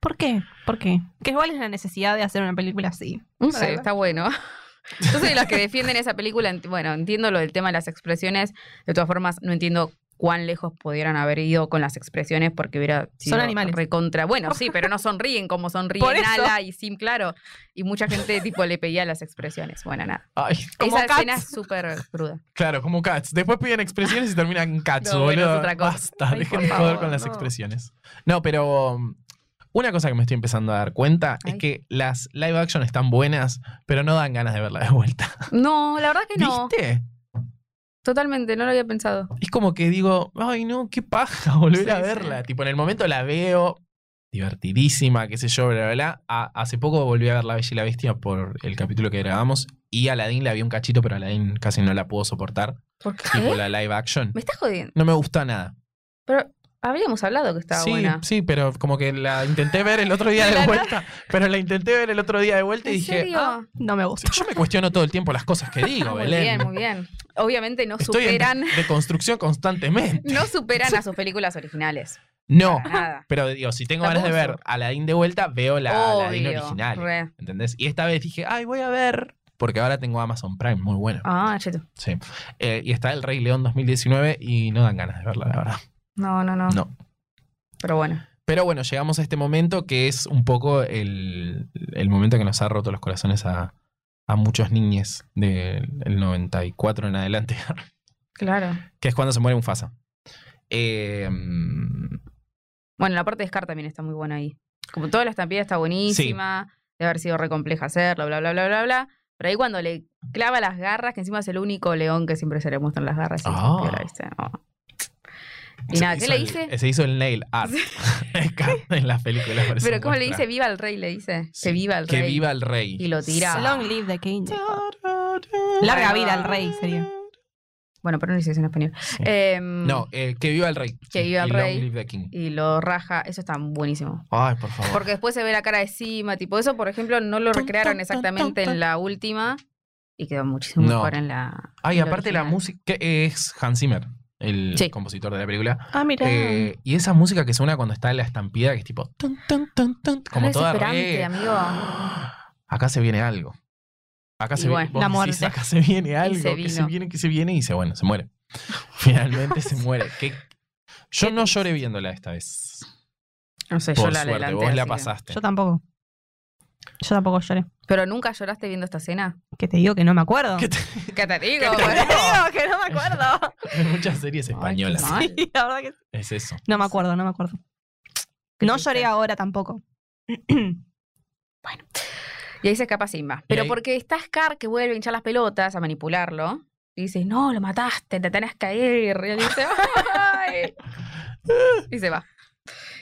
[SPEAKER 3] ¿Por qué? ¿Por qué? Que igual es la necesidad de hacer una película así.
[SPEAKER 2] No sé, está bueno. Entonces, los que defienden esa película, enti- bueno, entiendo lo del tema de las expresiones. De todas formas, no entiendo cuán lejos pudieran haber ido con las expresiones porque hubiera sido
[SPEAKER 3] Son animales.
[SPEAKER 2] recontra. Bueno, sí, pero no sonríen como
[SPEAKER 3] Por
[SPEAKER 2] sonríen
[SPEAKER 3] eso.
[SPEAKER 2] Ala y Sim, claro. Y mucha gente tipo le pedía las expresiones. Bueno, nada.
[SPEAKER 1] Ay,
[SPEAKER 3] Como
[SPEAKER 2] Esa
[SPEAKER 3] Cats.
[SPEAKER 2] escena es súper cruda.
[SPEAKER 1] claro, como cats. Después piden expresiones y terminan en cats,
[SPEAKER 2] No, bueno,
[SPEAKER 1] boludo.
[SPEAKER 2] es otra cosa.
[SPEAKER 1] Basta,
[SPEAKER 3] Ay,
[SPEAKER 1] dejen
[SPEAKER 3] por
[SPEAKER 1] de joder
[SPEAKER 3] favor,
[SPEAKER 1] con las
[SPEAKER 3] no.
[SPEAKER 1] expresiones. No, pero um, una cosa que me estoy empezando a dar cuenta es
[SPEAKER 2] Ay.
[SPEAKER 1] que las live action están buenas, pero no dan ganas de verla de vuelta.
[SPEAKER 2] No, la verdad que no.
[SPEAKER 1] ¿Viste?
[SPEAKER 2] Totalmente, no lo había pensado.
[SPEAKER 1] Es como que digo, ay no, qué paja volver
[SPEAKER 2] Sí,
[SPEAKER 1] a
[SPEAKER 2] sí.
[SPEAKER 1] verla. Tipo, en el momento la veo divertidísima, qué sé yo, bla, bla, bla. A- hace poco volví a ver La Bella y la Bestia por el capítulo que grabamos y Aladdin la vi un cachito, pero Aladdin casi no la puedo soportar.
[SPEAKER 2] ¿Por qué?
[SPEAKER 1] Tipo, la live action.
[SPEAKER 2] Me estás jodiendo.
[SPEAKER 1] No me gusta nada.
[SPEAKER 2] Pero habíamos hablado que estaba
[SPEAKER 1] sí,
[SPEAKER 2] buena.
[SPEAKER 1] sí, pero como que la intenté ver el otro día
[SPEAKER 2] La
[SPEAKER 1] de
[SPEAKER 2] no-
[SPEAKER 1] vuelta. Pero la intenté ver el otro día de vuelta y
[SPEAKER 2] ¿En
[SPEAKER 1] dije,
[SPEAKER 2] serio?
[SPEAKER 1] "Ah,
[SPEAKER 3] No me gusta.
[SPEAKER 1] yo me cuestiono todo el tiempo las cosas que digo,
[SPEAKER 2] Ah, muy
[SPEAKER 1] Belén.
[SPEAKER 2] bien, muy bien. Obviamente no
[SPEAKER 1] Estoy
[SPEAKER 2] superan,
[SPEAKER 1] en deconstrucción constantemente.
[SPEAKER 2] no superan a sus películas originales.
[SPEAKER 1] No.
[SPEAKER 2] Para nada.
[SPEAKER 1] Pero digo, si tengo ganas de
[SPEAKER 2] Tampoco
[SPEAKER 1] ver Aladdin de vuelta, veo la Aladdin
[SPEAKER 2] Obvio,
[SPEAKER 1] original.
[SPEAKER 2] re.
[SPEAKER 1] ¿Entendés? Y esta vez dije, ay, voy a ver. Porque ahora tengo Amazon Prime, muy bueno.
[SPEAKER 2] Ah, cheto.
[SPEAKER 1] Sí. Eh, y está El Rey León 2019 y no dan ganas de verla, la verdad.
[SPEAKER 2] No, no, no.
[SPEAKER 1] No.
[SPEAKER 2] Pero bueno.
[SPEAKER 1] Pero bueno, llegamos a este momento que es un poco el, el momento que nos ha roto los corazones a, a muchos niñes del el 94 en adelante,
[SPEAKER 2] Claro.
[SPEAKER 1] que es cuando se muere un Fasa. Eh, mm,
[SPEAKER 2] Bueno, la parte de Scar también está muy buena ahí. Como toda la estampida está buenísima, de haber sido re compleja hacerlo, bla, bla, bla, bla, bla. Pero ahí cuando le clava las garras, que encima es el único león que siempre se le muestran las garras. y es
[SPEAKER 1] Ah.
[SPEAKER 2] piola, ¿viste? Oh. Y nada, ¿qué
[SPEAKER 1] hizo
[SPEAKER 2] le
[SPEAKER 1] el-
[SPEAKER 2] dice?
[SPEAKER 1] se hizo el nail art en las películas. por eso
[SPEAKER 2] Pero ¿cómo le
[SPEAKER 1] muestra.
[SPEAKER 2] dice? Viva el rey, le dice.
[SPEAKER 1] Sí,
[SPEAKER 2] Que viva el
[SPEAKER 1] Que
[SPEAKER 2] rey.
[SPEAKER 1] viva el rey.
[SPEAKER 2] Y lo tira.
[SPEAKER 3] Long live the king. Larga vida al rey, sería.
[SPEAKER 2] Bueno, pero no dice eso en español. Em,
[SPEAKER 1] No, eh, que viva el rey.
[SPEAKER 2] Que
[SPEAKER 1] Sí,
[SPEAKER 2] viva el
[SPEAKER 1] y long
[SPEAKER 2] rey.
[SPEAKER 1] live the king.
[SPEAKER 2] Y lo raja. Eso está buenísimo.
[SPEAKER 1] Ay, por favor.
[SPEAKER 2] Porque después se ve la cara de Sima, tipo eso, por ejemplo, no lo recrearon exactamente en la última y quedó muchísimo
[SPEAKER 1] No.
[SPEAKER 2] mejor en la.
[SPEAKER 1] Ay,
[SPEAKER 2] en la
[SPEAKER 1] aparte la
[SPEAKER 2] original.
[SPEAKER 1] música que es Hans Zimmer, el
[SPEAKER 2] Sí.
[SPEAKER 1] compositor de la película.
[SPEAKER 3] Ah, mira.
[SPEAKER 1] Eh, y esa música que suena cuando está en la estampida, que es tipo tun, tun, tun, tun, como
[SPEAKER 2] Re
[SPEAKER 1] toda
[SPEAKER 2] desesperante,
[SPEAKER 1] re-
[SPEAKER 2] amigo.
[SPEAKER 1] Acá se viene algo. Acá
[SPEAKER 2] Y
[SPEAKER 1] se
[SPEAKER 2] bueno,
[SPEAKER 1] viene vos
[SPEAKER 3] la
[SPEAKER 1] decís,
[SPEAKER 3] muerte.
[SPEAKER 1] acá se viene algo,
[SPEAKER 2] se
[SPEAKER 1] que se
[SPEAKER 2] vino.
[SPEAKER 1] viene, que se viene y se bueno, se muere. Finalmente se muere. Qué- Yo no lloré viéndola esta vez.
[SPEAKER 2] No sé, yo
[SPEAKER 1] Por
[SPEAKER 2] la
[SPEAKER 1] suerte,
[SPEAKER 2] adelanté.
[SPEAKER 1] vos
[SPEAKER 2] así
[SPEAKER 1] la
[SPEAKER 2] que-
[SPEAKER 1] pasaste.
[SPEAKER 3] Yo tampoco. Yo tampoco lloré.
[SPEAKER 2] Pero nunca lloraste viendo esta escena.
[SPEAKER 3] Que te digo que no me acuerdo.
[SPEAKER 1] ¿Qué te-
[SPEAKER 2] ¿Qué te digo?
[SPEAKER 3] Te digo que no me acuerdo.
[SPEAKER 1] Hay muchas series españolas.
[SPEAKER 2] Ay, qué mal.
[SPEAKER 3] Sí, la verdad que sí.
[SPEAKER 1] Es eso.
[SPEAKER 3] No me acuerdo, no me acuerdo.
[SPEAKER 2] Qué
[SPEAKER 3] No
[SPEAKER 2] triste.
[SPEAKER 3] lloré ahora tampoco.
[SPEAKER 2] Y ahí se escapa Simba.
[SPEAKER 1] Y
[SPEAKER 2] Pero
[SPEAKER 1] ahí-
[SPEAKER 2] porque está Scar que vuelve a hinchar las pelotas, a manipularlo. Y dice, no, lo mataste, te tenés que ir. Y él dice, "Ay". Y se va.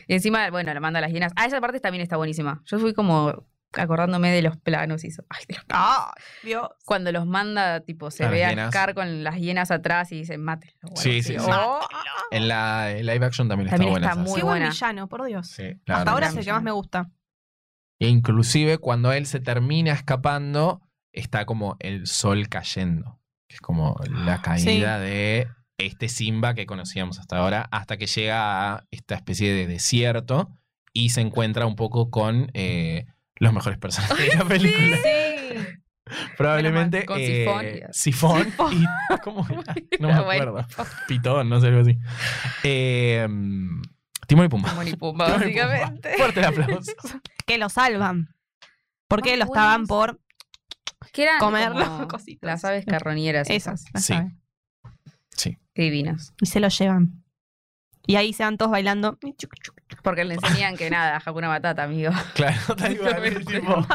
[SPEAKER 2] Y encima, bueno, le manda a las hienas. Ah, esa parte también está buenísima. Yo fui como acordándome de los planos. Y eso. Ay, de los planos.
[SPEAKER 3] Ah, Dios.
[SPEAKER 2] Cuando los manda, tipo, se
[SPEAKER 1] A las
[SPEAKER 2] ve a
[SPEAKER 1] hienas.
[SPEAKER 2] Scar con las hienas atrás y dice, mátenlo. o algo
[SPEAKER 1] Sí,
[SPEAKER 2] así.
[SPEAKER 1] sí, sí.
[SPEAKER 2] Oh,
[SPEAKER 1] En la en live action también,
[SPEAKER 2] También
[SPEAKER 1] está buena.
[SPEAKER 2] está
[SPEAKER 1] esa
[SPEAKER 2] muy
[SPEAKER 3] Qué
[SPEAKER 1] serie.
[SPEAKER 3] ah, buen
[SPEAKER 2] buena.
[SPEAKER 3] villano, por Dios.
[SPEAKER 1] Sí, la
[SPEAKER 3] Hasta
[SPEAKER 1] verdad
[SPEAKER 3] ahora
[SPEAKER 1] que
[SPEAKER 3] es el
[SPEAKER 1] sí.
[SPEAKER 3] que más me gusta.
[SPEAKER 1] E Inclusive cuando él se termina escapando, está como el sol cayendo. Que es como la caída de este Simba que conocíamos hasta ahora, hasta que llega a esta especie de desierto y se encuentra un poco con eh, los mejores personajes de la película. Probablemente
[SPEAKER 2] Menos mal, con
[SPEAKER 1] eh,
[SPEAKER 2] sifón
[SPEAKER 1] sifón, y ¿cómo era? no me
[SPEAKER 2] Bueno.
[SPEAKER 1] acuerdo. Pitón, no sé algo así. Eh, Timón y Pumba.
[SPEAKER 2] Timón y Pumba,
[SPEAKER 1] Timón y Pumba.
[SPEAKER 2] básicamente.
[SPEAKER 1] Fuerte el aplauso.
[SPEAKER 3] Que lo salvan.
[SPEAKER 2] Ay,
[SPEAKER 3] Porque lo
[SPEAKER 2] buenas.
[SPEAKER 3] estaban por
[SPEAKER 2] Que eran
[SPEAKER 3] Comerlo,
[SPEAKER 2] como
[SPEAKER 3] cositas.
[SPEAKER 2] Las aves carroñeras.
[SPEAKER 3] esas. las
[SPEAKER 1] Sí.
[SPEAKER 3] saben.
[SPEAKER 2] Qué Divinas.
[SPEAKER 3] Y se lo llevan. Y ahí se van todos bailando. Y chuc, chuc, chuc.
[SPEAKER 2] Porque le enseñaban que nada, Hakuna Matata, amigo.
[SPEAKER 1] Claro, tal cual, es tipo-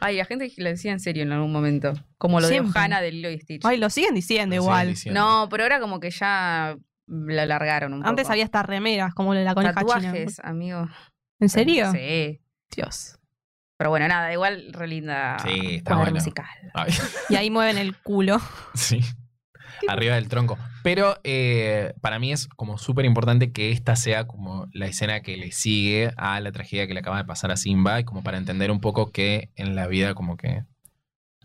[SPEAKER 2] Ay, la gente lo decía en serio en algún momento. Como lo de
[SPEAKER 3] Siempre.
[SPEAKER 2] Hannah del Lilo y Stitch.
[SPEAKER 3] Ay, lo siguen diciendo
[SPEAKER 1] Lo siguen
[SPEAKER 3] igual.
[SPEAKER 1] diciendo.
[SPEAKER 2] no, pero ahora como que ya lo largaron un
[SPEAKER 3] Antes
[SPEAKER 2] poco.
[SPEAKER 3] había hasta remeras, como la coneja china.
[SPEAKER 2] tatuajes, amigo.
[SPEAKER 3] ¿En serio?
[SPEAKER 2] Sí.
[SPEAKER 3] Dios.
[SPEAKER 2] Pero bueno, nada, igual re linda
[SPEAKER 1] Sí, está
[SPEAKER 2] cuadro
[SPEAKER 1] bueno.
[SPEAKER 2] musical.
[SPEAKER 1] Ay,
[SPEAKER 3] Y ahí mueven el culo.
[SPEAKER 1] sí. Arriba del tronco. Pero eh, para mí es como súper importante que esta sea como la escena que le sigue a la tragedia que le acaba de pasar a Simba y como para entender un poco que en la vida como que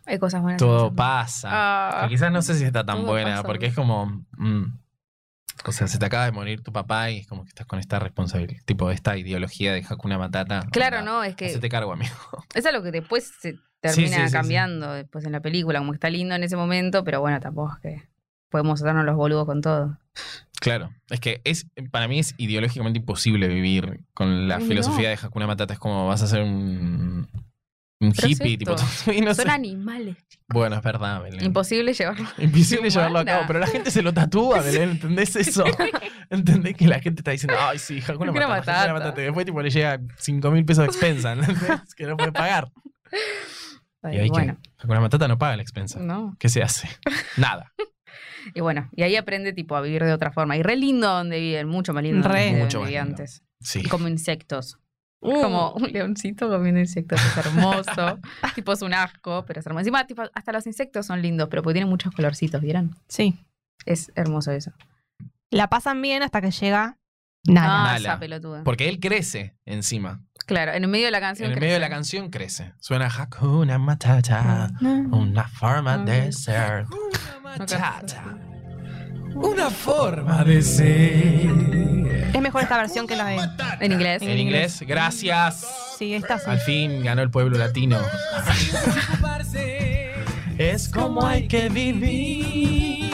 [SPEAKER 2] Hay cosas buenas. y
[SPEAKER 1] todo
[SPEAKER 2] cosas malas.
[SPEAKER 1] pasa.
[SPEAKER 2] Ah,
[SPEAKER 1] Que quizás no sé si está tan
[SPEAKER 2] todo
[SPEAKER 1] buena
[SPEAKER 2] pasa.
[SPEAKER 1] porque es como... mm, O sea, se te acaba de morir tu papá y es como que estás con esta responsabilidad, tipo esta ideología de Hakuna Matata.
[SPEAKER 2] Claro,
[SPEAKER 1] onda,
[SPEAKER 2] no, es que
[SPEAKER 1] Se te cargo, amigo.
[SPEAKER 2] eso es lo que después se
[SPEAKER 1] Sí, sí,
[SPEAKER 2] termina
[SPEAKER 1] sí, sí.
[SPEAKER 2] cambiando después en la película, como que está lindo en ese momento, pero bueno, tampoco es que podemos hacernos los boludos con todo.
[SPEAKER 1] Claro, es que es para mí es ideológicamente imposible vivir con la
[SPEAKER 2] No.
[SPEAKER 1] filosofía de Hakuna Matata. Es como vas a ser un, un
[SPEAKER 2] Pero es
[SPEAKER 1] hippie, tipo. y no
[SPEAKER 2] Son
[SPEAKER 1] sé.
[SPEAKER 2] animales.
[SPEAKER 1] Bueno, es verdad, Belén.
[SPEAKER 2] Imposible llevarlo.
[SPEAKER 1] Imposible llevarlo a
[SPEAKER 2] Humana.
[SPEAKER 1] cabo, pero la gente se lo tatúa, Belén, ¿entendés eso? ¿Entendés que la gente está diciendo, ay, sí, Hakuna
[SPEAKER 2] Hakuna
[SPEAKER 1] Matata, Hakuna
[SPEAKER 2] Matata.
[SPEAKER 1] Matata? Después tipo le llega 5 mil pesos de expensa, ¿entendés? Que no puede pagar. Y
[SPEAKER 2] Ay,
[SPEAKER 1] ahí
[SPEAKER 2] bueno, Mm.
[SPEAKER 1] que Hakuna Matata no paga la expensa.
[SPEAKER 2] no.
[SPEAKER 1] ¿Qué se hace? Nada.
[SPEAKER 2] Y bueno, y ahí aprende tipo a vivir de otra forma. Y re lindo donde viven, mucho más lindo
[SPEAKER 3] Re.
[SPEAKER 2] donde
[SPEAKER 1] Mucho más
[SPEAKER 2] vivía
[SPEAKER 1] lindo.
[SPEAKER 2] antes.
[SPEAKER 1] Sí.
[SPEAKER 2] Y Como insectos.
[SPEAKER 3] Uh.
[SPEAKER 2] Como un leoncito comiendo insectos, es hermoso. tipo es un asco, pero es hermoso. Encima, tipo, hasta los insectos son lindos, pero porque tienen muchos colorcitos, ¿vieron?
[SPEAKER 3] Sí.
[SPEAKER 2] Es hermoso eso.
[SPEAKER 3] La pasan bien hasta que llega
[SPEAKER 2] Ah,
[SPEAKER 3] nada.
[SPEAKER 1] Nala.
[SPEAKER 2] esa pelotuda.
[SPEAKER 1] Porque él crece encima.
[SPEAKER 2] Claro, en el medio de la
[SPEAKER 1] En
[SPEAKER 2] canción.
[SPEAKER 1] el medio de la
[SPEAKER 2] crecen.
[SPEAKER 1] canción crece. Suena Hakuna Matata,
[SPEAKER 2] Ah.
[SPEAKER 1] una forma de ser. Mm. Matata, una forma de ser.
[SPEAKER 3] Es mejor esta versión que la de.
[SPEAKER 2] En inglés.
[SPEAKER 1] En inglés, gracias.
[SPEAKER 3] Sí, esta sí.
[SPEAKER 1] Al fin ganó el pueblo latino. Es como hay que vivir,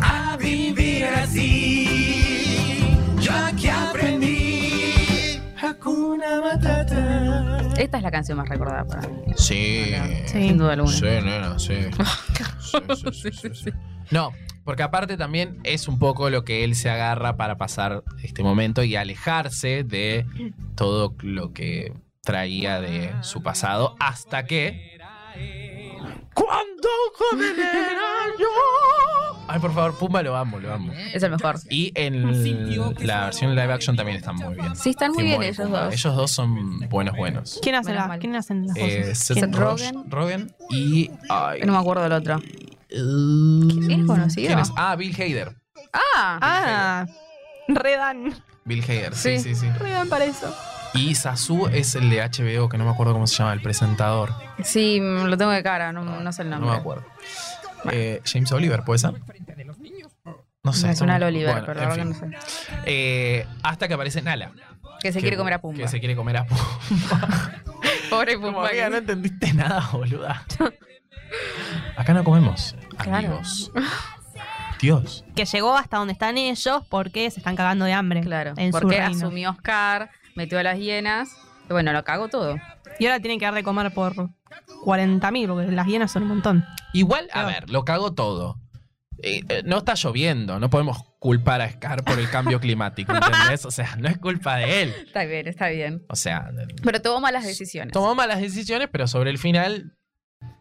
[SPEAKER 1] a vivir así. Yo aquí aprendí Hakuna Matata.
[SPEAKER 2] Esta es la canción más recordada para mí.
[SPEAKER 1] Sí,
[SPEAKER 3] Sí.
[SPEAKER 2] Sin duda alguna.
[SPEAKER 1] sí, nena, sí. Sí, sí, sí, sí, sí. No, porque aparte también es un poco lo que él se agarra para pasar este momento y alejarse de todo lo que traía de su pasado hasta que... Cuando joven era yo. Ay, por favor, Pumba, lo amo, lo amo.
[SPEAKER 2] Es el mejor.
[SPEAKER 1] Y en la versión live action también están muy bien.
[SPEAKER 2] Sí, están muy
[SPEAKER 1] Timón
[SPEAKER 2] bien
[SPEAKER 1] y
[SPEAKER 2] ellos
[SPEAKER 1] Pumba.
[SPEAKER 2] dos.
[SPEAKER 1] Ellos dos son buenos, buenos.
[SPEAKER 3] ¿Quién hace
[SPEAKER 2] Menos
[SPEAKER 3] la,
[SPEAKER 2] mal.
[SPEAKER 3] ¿Quién hacen las
[SPEAKER 1] Eh,
[SPEAKER 3] voces?
[SPEAKER 1] Seth
[SPEAKER 3] ¿Quién?
[SPEAKER 2] Seth
[SPEAKER 1] Rogen.
[SPEAKER 2] Rogen.
[SPEAKER 1] Rogen y. ay,
[SPEAKER 2] No me acuerdo del otro.
[SPEAKER 1] eh,
[SPEAKER 2] ¿Es conocido?
[SPEAKER 1] ¿quién es? Ah, Bill Hader.
[SPEAKER 2] Ah,
[SPEAKER 3] Ah, Redan.
[SPEAKER 1] Bill Hader, sí, sí, sí.
[SPEAKER 3] Redan para eso.
[SPEAKER 1] Y Sasu es el de HBO, que no me acuerdo cómo se llama, el presentador.
[SPEAKER 2] sí, mm, lo tengo de cara, no, no sé el
[SPEAKER 1] No
[SPEAKER 2] nombre.
[SPEAKER 1] me acuerdo. Eh, James Oliver, ¿puede ser? No sé.
[SPEAKER 2] Me suena al
[SPEAKER 1] no-
[SPEAKER 2] Oliver,
[SPEAKER 1] bueno,
[SPEAKER 2] pero
[SPEAKER 1] en
[SPEAKER 2] la verdad
[SPEAKER 1] fin.
[SPEAKER 2] que no sé.
[SPEAKER 1] Eh, hasta que aparece Nala.
[SPEAKER 2] Que se
[SPEAKER 1] que-
[SPEAKER 2] quiere comer a Pumba.
[SPEAKER 1] Que se quiere comer a Pumba.
[SPEAKER 2] Pobre
[SPEAKER 1] Como,
[SPEAKER 2] Pumba.
[SPEAKER 1] "Amiga, no entendiste nada, boluda. Acá no comemos,
[SPEAKER 2] Claro.
[SPEAKER 1] amigos. Dios.
[SPEAKER 3] Que llegó hasta donde están ellos porque se están cagando de hambre.
[SPEAKER 2] Claro,
[SPEAKER 3] En su
[SPEAKER 2] porque
[SPEAKER 3] reino.
[SPEAKER 2] asumió Oscar, metió a las hienas. y bueno, lo cago todo.
[SPEAKER 3] Y ahora tienen que dar de comer por 40.000 porque las hienas son un montón.
[SPEAKER 1] Igual, a
[SPEAKER 3] Claro.
[SPEAKER 1] ver, lo cago todo. Eh, eh, no está lloviendo, no podemos culpar a Scar por el cambio climático, ¿entendés? O sea, no es culpa de él.
[SPEAKER 2] Está bien, está bien.
[SPEAKER 1] O sea,
[SPEAKER 2] Pero tomó malas decisiones.
[SPEAKER 1] tomó malas decisiones, pero sobre el final.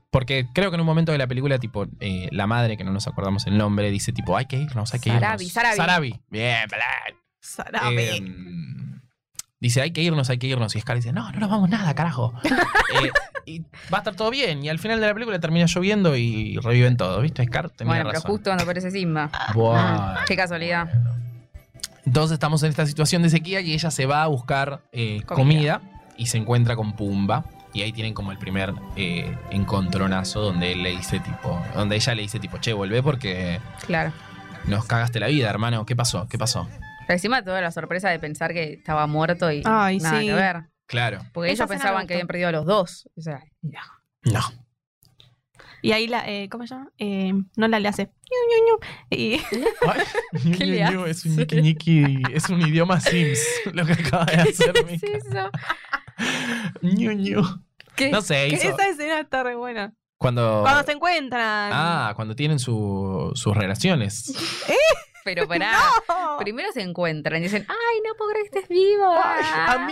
[SPEAKER 1] Porque creo que en un momento de la película, tipo, eh, la madre, que no nos acordamos el nombre, dice, tipo, hay que irnos, hay que
[SPEAKER 2] Sarabi,
[SPEAKER 1] irnos.
[SPEAKER 2] Sarabi.
[SPEAKER 1] Bien, plan.
[SPEAKER 3] Sarabe.
[SPEAKER 1] Em, dice, hay que irnos, hay que irnos. Y Scar dice, no, no nos vamos nada, carajo. Eh, y va a estar todo bien. Y al final de la película termina lloviendo y reviven todo, ¿viste? Scar tenía
[SPEAKER 2] bueno, pero
[SPEAKER 1] razón.
[SPEAKER 2] justo cuando aparece Simba.
[SPEAKER 1] Buah.
[SPEAKER 2] Ah, qué casualidad.
[SPEAKER 1] Entonces estamos en esta situación de sequía y ella se va a buscar eh, comida.
[SPEAKER 2] Comida.
[SPEAKER 1] y se encuentra con Pumba. Y ahí tienen como el primer eh, encontronazo donde él le dice tipo, donde ella le dice tipo, che, volvé porque
[SPEAKER 2] Claro.
[SPEAKER 1] nos cagaste la vida, hermano. ¿Qué pasó? ¿Qué pasó?
[SPEAKER 2] Pero encima toda la sorpresa de pensar que estaba muerto y
[SPEAKER 3] Ay,
[SPEAKER 2] nada
[SPEAKER 3] sí.
[SPEAKER 2] que ver.
[SPEAKER 1] Claro.
[SPEAKER 2] Porque ellos
[SPEAKER 3] Esa escena me
[SPEAKER 2] pensaban
[SPEAKER 3] gustó.
[SPEAKER 2] que habían perdido a los dos. O sea,
[SPEAKER 1] No.
[SPEAKER 3] Y ahí la, eh, ¿cómo se llama? Eh, no la le hace. Ñu, ñu, ñu. Y
[SPEAKER 2] ¿Qué le hace?
[SPEAKER 1] es un ñiqui, ñiqui, es un idioma Sims lo que acaba de hacer.
[SPEAKER 2] ¿qué es eso?
[SPEAKER 1] Ñu, ñu.
[SPEAKER 2] ¿Qué?
[SPEAKER 1] No sé, hizo-
[SPEAKER 3] esa escena está re buena.
[SPEAKER 1] Cuando...
[SPEAKER 3] Cuando se encuentran.
[SPEAKER 1] Ah, cuando tienen su- sus relaciones.
[SPEAKER 2] Pero pará.
[SPEAKER 3] Oh.
[SPEAKER 2] Primero se encuentran y dicen, ay, no puedo creer que estés vivo. ah.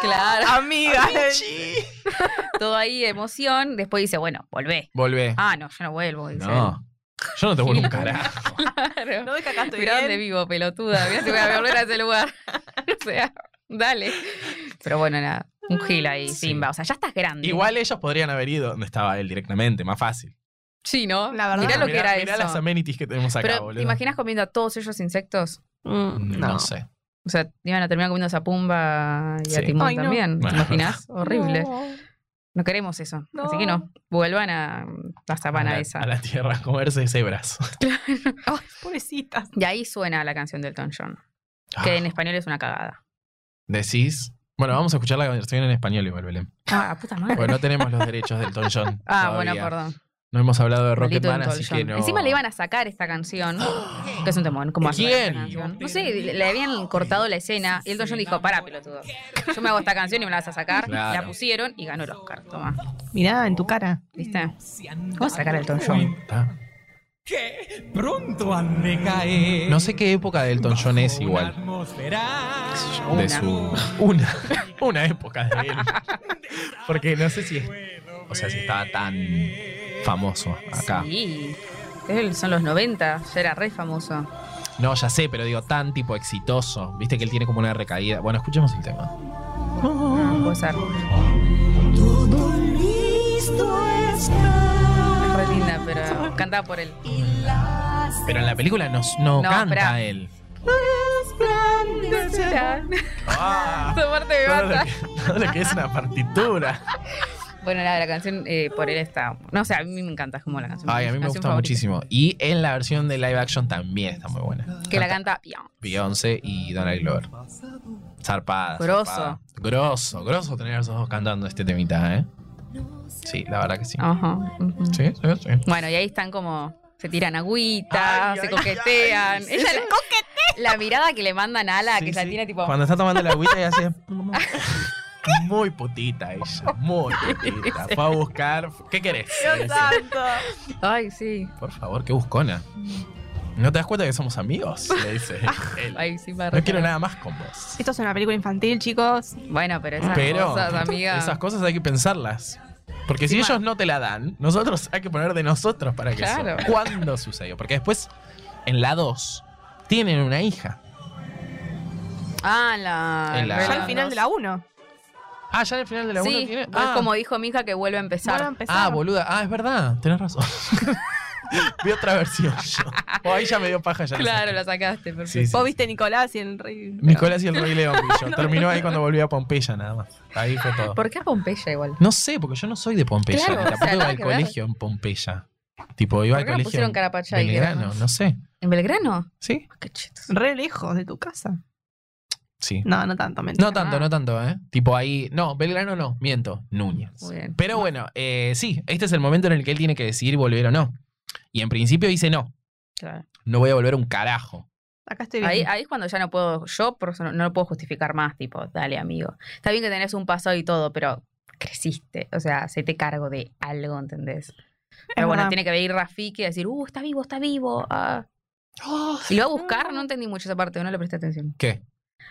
[SPEAKER 2] Claro.
[SPEAKER 3] Amiga. eh.
[SPEAKER 2] Todo ahí emoción. Después dice, bueno, volvé.
[SPEAKER 1] Volvé.
[SPEAKER 2] Ah, no, yo no vuelvo. Dice.
[SPEAKER 1] no. Yo no te vuelvo un carajo.
[SPEAKER 2] Claro.
[SPEAKER 3] No ves que acá estoy
[SPEAKER 2] Mirá dónde
[SPEAKER 3] bien.
[SPEAKER 2] vivo, pelotuda. Mirá si voy a volver a ese lugar. o sea, dale. Pero bueno, nada. Un gil ahí,
[SPEAKER 1] Sí.
[SPEAKER 2] Simba. O sea, ya estás grande.
[SPEAKER 1] Igual ellos podrían haber ido donde estaba él directamente, más fácil.
[SPEAKER 2] Sí, ¿no?
[SPEAKER 3] La verdad.
[SPEAKER 2] Mirá lo que era
[SPEAKER 1] Ah, mirá
[SPEAKER 2] eso.
[SPEAKER 1] las amenities que tenemos acá,
[SPEAKER 2] Pero,
[SPEAKER 1] boludo.
[SPEAKER 2] ¿te imaginas comiendo a todos ellos insectos?
[SPEAKER 3] Mm,
[SPEAKER 1] No, sé.
[SPEAKER 2] O sea, iban a terminar comiendo a Pumba y a
[SPEAKER 1] Sí.
[SPEAKER 2] Timón
[SPEAKER 3] Ay, no.
[SPEAKER 2] también. ¿Te imaginas? Horrible.
[SPEAKER 3] No.
[SPEAKER 2] No queremos eso.
[SPEAKER 3] No.
[SPEAKER 2] Así que no. Vuelvan a la sabana
[SPEAKER 1] a, la,
[SPEAKER 2] esa.
[SPEAKER 1] a la tierra a comerse cebras.
[SPEAKER 3] Ay, pobrecitas.
[SPEAKER 2] Y ahí suena la canción de Elton John.
[SPEAKER 1] Ah.
[SPEAKER 2] Que en español es una cagada.
[SPEAKER 1] Decís. Bueno, vamos a escuchar la canción en español igual, Belén.
[SPEAKER 2] Ah, puta madre.
[SPEAKER 1] Porque no tenemos los derechos del Elton John.
[SPEAKER 2] Ah,
[SPEAKER 1] todavía.
[SPEAKER 2] bueno, perdón.
[SPEAKER 1] No hemos hablado de
[SPEAKER 2] Maldito
[SPEAKER 1] Rocketman,
[SPEAKER 2] Elton
[SPEAKER 1] así
[SPEAKER 2] John.
[SPEAKER 1] que no.
[SPEAKER 2] Encima le iban a sacar esta canción, que es un temón. ¿Cómo hacen
[SPEAKER 1] ¿Quién?
[SPEAKER 2] esta canción? No sé, le le habían cortado la escena y Elton John dijo, pará, pelotudo. Yo me hago esta canción y me la vas a sacar.
[SPEAKER 1] Claro.
[SPEAKER 2] La pusieron y ganó el Oscar. Toma.
[SPEAKER 3] Mirá, en tu cara.
[SPEAKER 2] ¿Viste? ¿Cómo sacar a Elton John?
[SPEAKER 1] Está.
[SPEAKER 4] Que pronto han de caer.
[SPEAKER 1] No sé qué época de Elton John es igual. De
[SPEAKER 2] Una.
[SPEAKER 1] su. Una. Una época de él. Porque no sé si es. O sea, si estaba tan famoso acá.
[SPEAKER 2] Sí. Él, son los 90, ya era re famoso.
[SPEAKER 1] No, ya sé, pero digo, tan tipo exitoso. Viste que él tiene como una recaída. Bueno, escuchemos el tema.
[SPEAKER 2] No, puede ser.
[SPEAKER 7] Todo listo está.
[SPEAKER 2] Es re linda, pero cantaba por él.
[SPEAKER 7] Y las
[SPEAKER 1] Pero en la película no, no,
[SPEAKER 2] No,
[SPEAKER 1] canta
[SPEAKER 2] espera.
[SPEAKER 1] él.
[SPEAKER 2] Esta parte me
[SPEAKER 1] Todo lo,
[SPEAKER 2] mata.
[SPEAKER 1] que, todo lo que es una partitura.
[SPEAKER 2] Bueno, la, la canción eh, por él está. No sé, a mí me encanta, es como la canción.
[SPEAKER 1] Ay, a mí me
[SPEAKER 2] canción
[SPEAKER 1] gusta
[SPEAKER 2] favorita.
[SPEAKER 1] muchísimo. Y en la versión de live action también está muy buena.
[SPEAKER 2] Que la canta Beyoncé.
[SPEAKER 1] Beyoncé y Donald Glover. Zarpada.
[SPEAKER 2] Grosso.
[SPEAKER 1] zarpada. Grosso, grosso tener a esos dos cantando este temita, ¿eh? Sí, la verdad que sí.
[SPEAKER 2] Ajá. ujú.
[SPEAKER 1] Sí, sí, sí.
[SPEAKER 2] Bueno, y ahí están como. Se tiran agüita,
[SPEAKER 1] Ay,
[SPEAKER 2] se
[SPEAKER 1] ay,
[SPEAKER 2] coquetean.
[SPEAKER 1] ay,
[SPEAKER 2] Ella la, la mirada que le mandan a Ala, Ah, que se la tiene tipo.
[SPEAKER 1] Cuando está tomando la agüita y hace. Muy putita ella, muy putita. Fue a buscar. ¿Qué querés? Le dice.
[SPEAKER 2] Ay, sí.
[SPEAKER 1] Por favor, qué buscona. ¿No te das cuenta que somos amigos? Le dice él.
[SPEAKER 2] Ay, sí, me
[SPEAKER 1] No quiero nada más con vos.
[SPEAKER 3] Esto es una película infantil, chicos.
[SPEAKER 2] Bueno, pero esas
[SPEAKER 1] Pero
[SPEAKER 2] cosas, amiga.
[SPEAKER 1] esas cosas hay que pensarlas. Porque si
[SPEAKER 2] Encima-
[SPEAKER 1] ellos no te la dan, nosotros hay que poner de nosotros para que eso-
[SPEAKER 2] Claro.
[SPEAKER 1] ¿Cuándo sucedió? Porque después, en la 2, tienen una hija.
[SPEAKER 2] Ah, la.
[SPEAKER 1] En la-
[SPEAKER 2] re-
[SPEAKER 1] Ya
[SPEAKER 3] Ya al final de la 1.
[SPEAKER 1] Ah, ya en el final de la 1
[SPEAKER 2] Sí,
[SPEAKER 1] tiene.
[SPEAKER 2] es
[SPEAKER 1] Ah,
[SPEAKER 2] como dijo mi hija que vuelve a empezar.
[SPEAKER 3] Vuelve a empezar.
[SPEAKER 1] ah, boluda. Ah, es verdad. Tenés razón. Vi otra versión yo. O ahí ya me dio paja ya. la
[SPEAKER 2] Claro,
[SPEAKER 1] saqué.
[SPEAKER 2] la sacaste, perfecto.
[SPEAKER 1] Sí, sí,
[SPEAKER 3] Vos
[SPEAKER 1] sí.
[SPEAKER 3] viste Nicolás y el rey.
[SPEAKER 1] Nicolás y el Rey León. vi yo. Terminó ahí cuando volví a Pompeya nada más. Ahí fue todo.
[SPEAKER 2] ¿Por qué a Pompeya igual?
[SPEAKER 1] No sé, porque yo no soy de Pompeya.
[SPEAKER 2] Claro,
[SPEAKER 1] ni
[SPEAKER 2] o sea,
[SPEAKER 1] tampoco iba
[SPEAKER 2] nada
[SPEAKER 1] al
[SPEAKER 2] que ver.
[SPEAKER 1] colegio en Pompeya. Tipo, iba
[SPEAKER 2] ¿Por
[SPEAKER 1] al
[SPEAKER 2] qué no
[SPEAKER 1] colegio.
[SPEAKER 2] pusieron
[SPEAKER 1] en
[SPEAKER 2] Carapachá ahí,
[SPEAKER 1] Belgrano,
[SPEAKER 2] digamos?
[SPEAKER 1] no sé.
[SPEAKER 2] ¿En Belgrano? Ah,
[SPEAKER 1] ¿Sí?
[SPEAKER 2] Qué chetos.
[SPEAKER 3] Re lejos de tu casa.
[SPEAKER 1] Sí.
[SPEAKER 3] No, no tanto, mentira.
[SPEAKER 1] No tanto, no tanto, ¿eh? Tipo ahí. No, Belgrano no, miento. Núñez.
[SPEAKER 2] Muy bien.
[SPEAKER 1] Pero bueno, eh, sí, este es el momento en el que él tiene que decidir volver o no. Y en principio dice no.
[SPEAKER 2] Claro.
[SPEAKER 1] No voy a volver un carajo.
[SPEAKER 3] Acá estoy bien.
[SPEAKER 2] Ahí, ah. ahí es cuando ya no puedo, yo por eso no, no lo puedo justificar más, tipo, dale amigo. Está bien que tenés un pasado y todo, pero creciste, o sea, se te cargo de algo, ¿entendés? Pero bueno,
[SPEAKER 3] verdad.
[SPEAKER 2] tiene que venir Rafiki y decir, uh, está vivo, está vivo. ah".
[SPEAKER 3] ¡Oh,
[SPEAKER 2] y lo va a buscar, no entendí mucho esa parte, no le presté atención.
[SPEAKER 1] ¿Qué?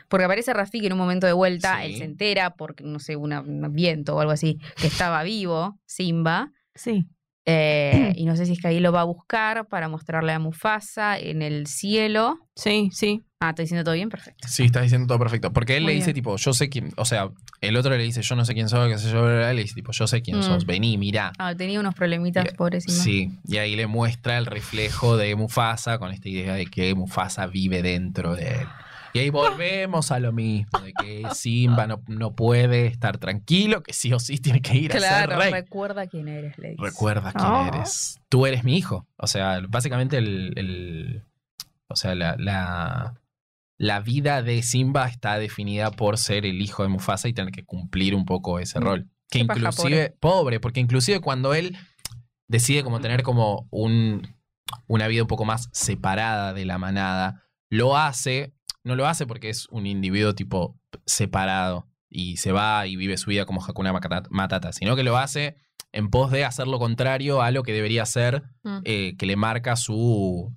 [SPEAKER 2] Porque aparece Rafiki en un momento de vuelta,
[SPEAKER 1] Sí.
[SPEAKER 2] él se entera, porque no sé, una- un viento o algo así, que estaba vivo, Simba.
[SPEAKER 3] Sí.
[SPEAKER 2] Eh, y no sé si es que ahí lo va a buscar para mostrarle a Mufasa en el cielo.
[SPEAKER 3] Sí, sí.
[SPEAKER 2] Ah, estoy diciendo todo bien, perfecto.
[SPEAKER 1] Sí, estás diciendo todo perfecto. Porque él
[SPEAKER 3] Muy
[SPEAKER 1] le dice,
[SPEAKER 3] bien.
[SPEAKER 1] tipo, yo sé quién. O sea, el otro le dice, yo no sé quién soy, qué sé yo, bla, bla, bla, y le dice, tipo, yo sé quién
[SPEAKER 2] Mm.
[SPEAKER 1] sos, vení, mirá.
[SPEAKER 2] Ah, tenía unos problemitas,
[SPEAKER 1] Ya,
[SPEAKER 2] pobres
[SPEAKER 1] Sí, y ahí le muestra el reflejo de Mufasa con esta idea de que Mufasa vive dentro de él. Y ahí volvemos a lo mismo, de que Simba no, no puede estar tranquilo, que sí o sí tiene que ir
[SPEAKER 2] Claro,
[SPEAKER 1] a ser rey.
[SPEAKER 2] recuerda quién eres, le dice.
[SPEAKER 1] Recuerda quién
[SPEAKER 3] Ah.
[SPEAKER 1] eres. Tú eres mi hijo. O sea, básicamente el... el- o sea, la, la, la vida de Simba está definida por ser el hijo de Mufasa y tener que cumplir un poco ese rol. Que
[SPEAKER 2] Qué paja,
[SPEAKER 1] inclusive... pobre. porque inclusive cuando él decide como tener como un, una vida un poco más separada de la manada, lo hace... No lo hace porque es un individuo tipo separado y se va y vive su vida como Hakuna Matata- Matata, sino que lo hace en pos de hacer lo contrario a lo que debería ser
[SPEAKER 2] Mm.
[SPEAKER 1] eh, que le marca su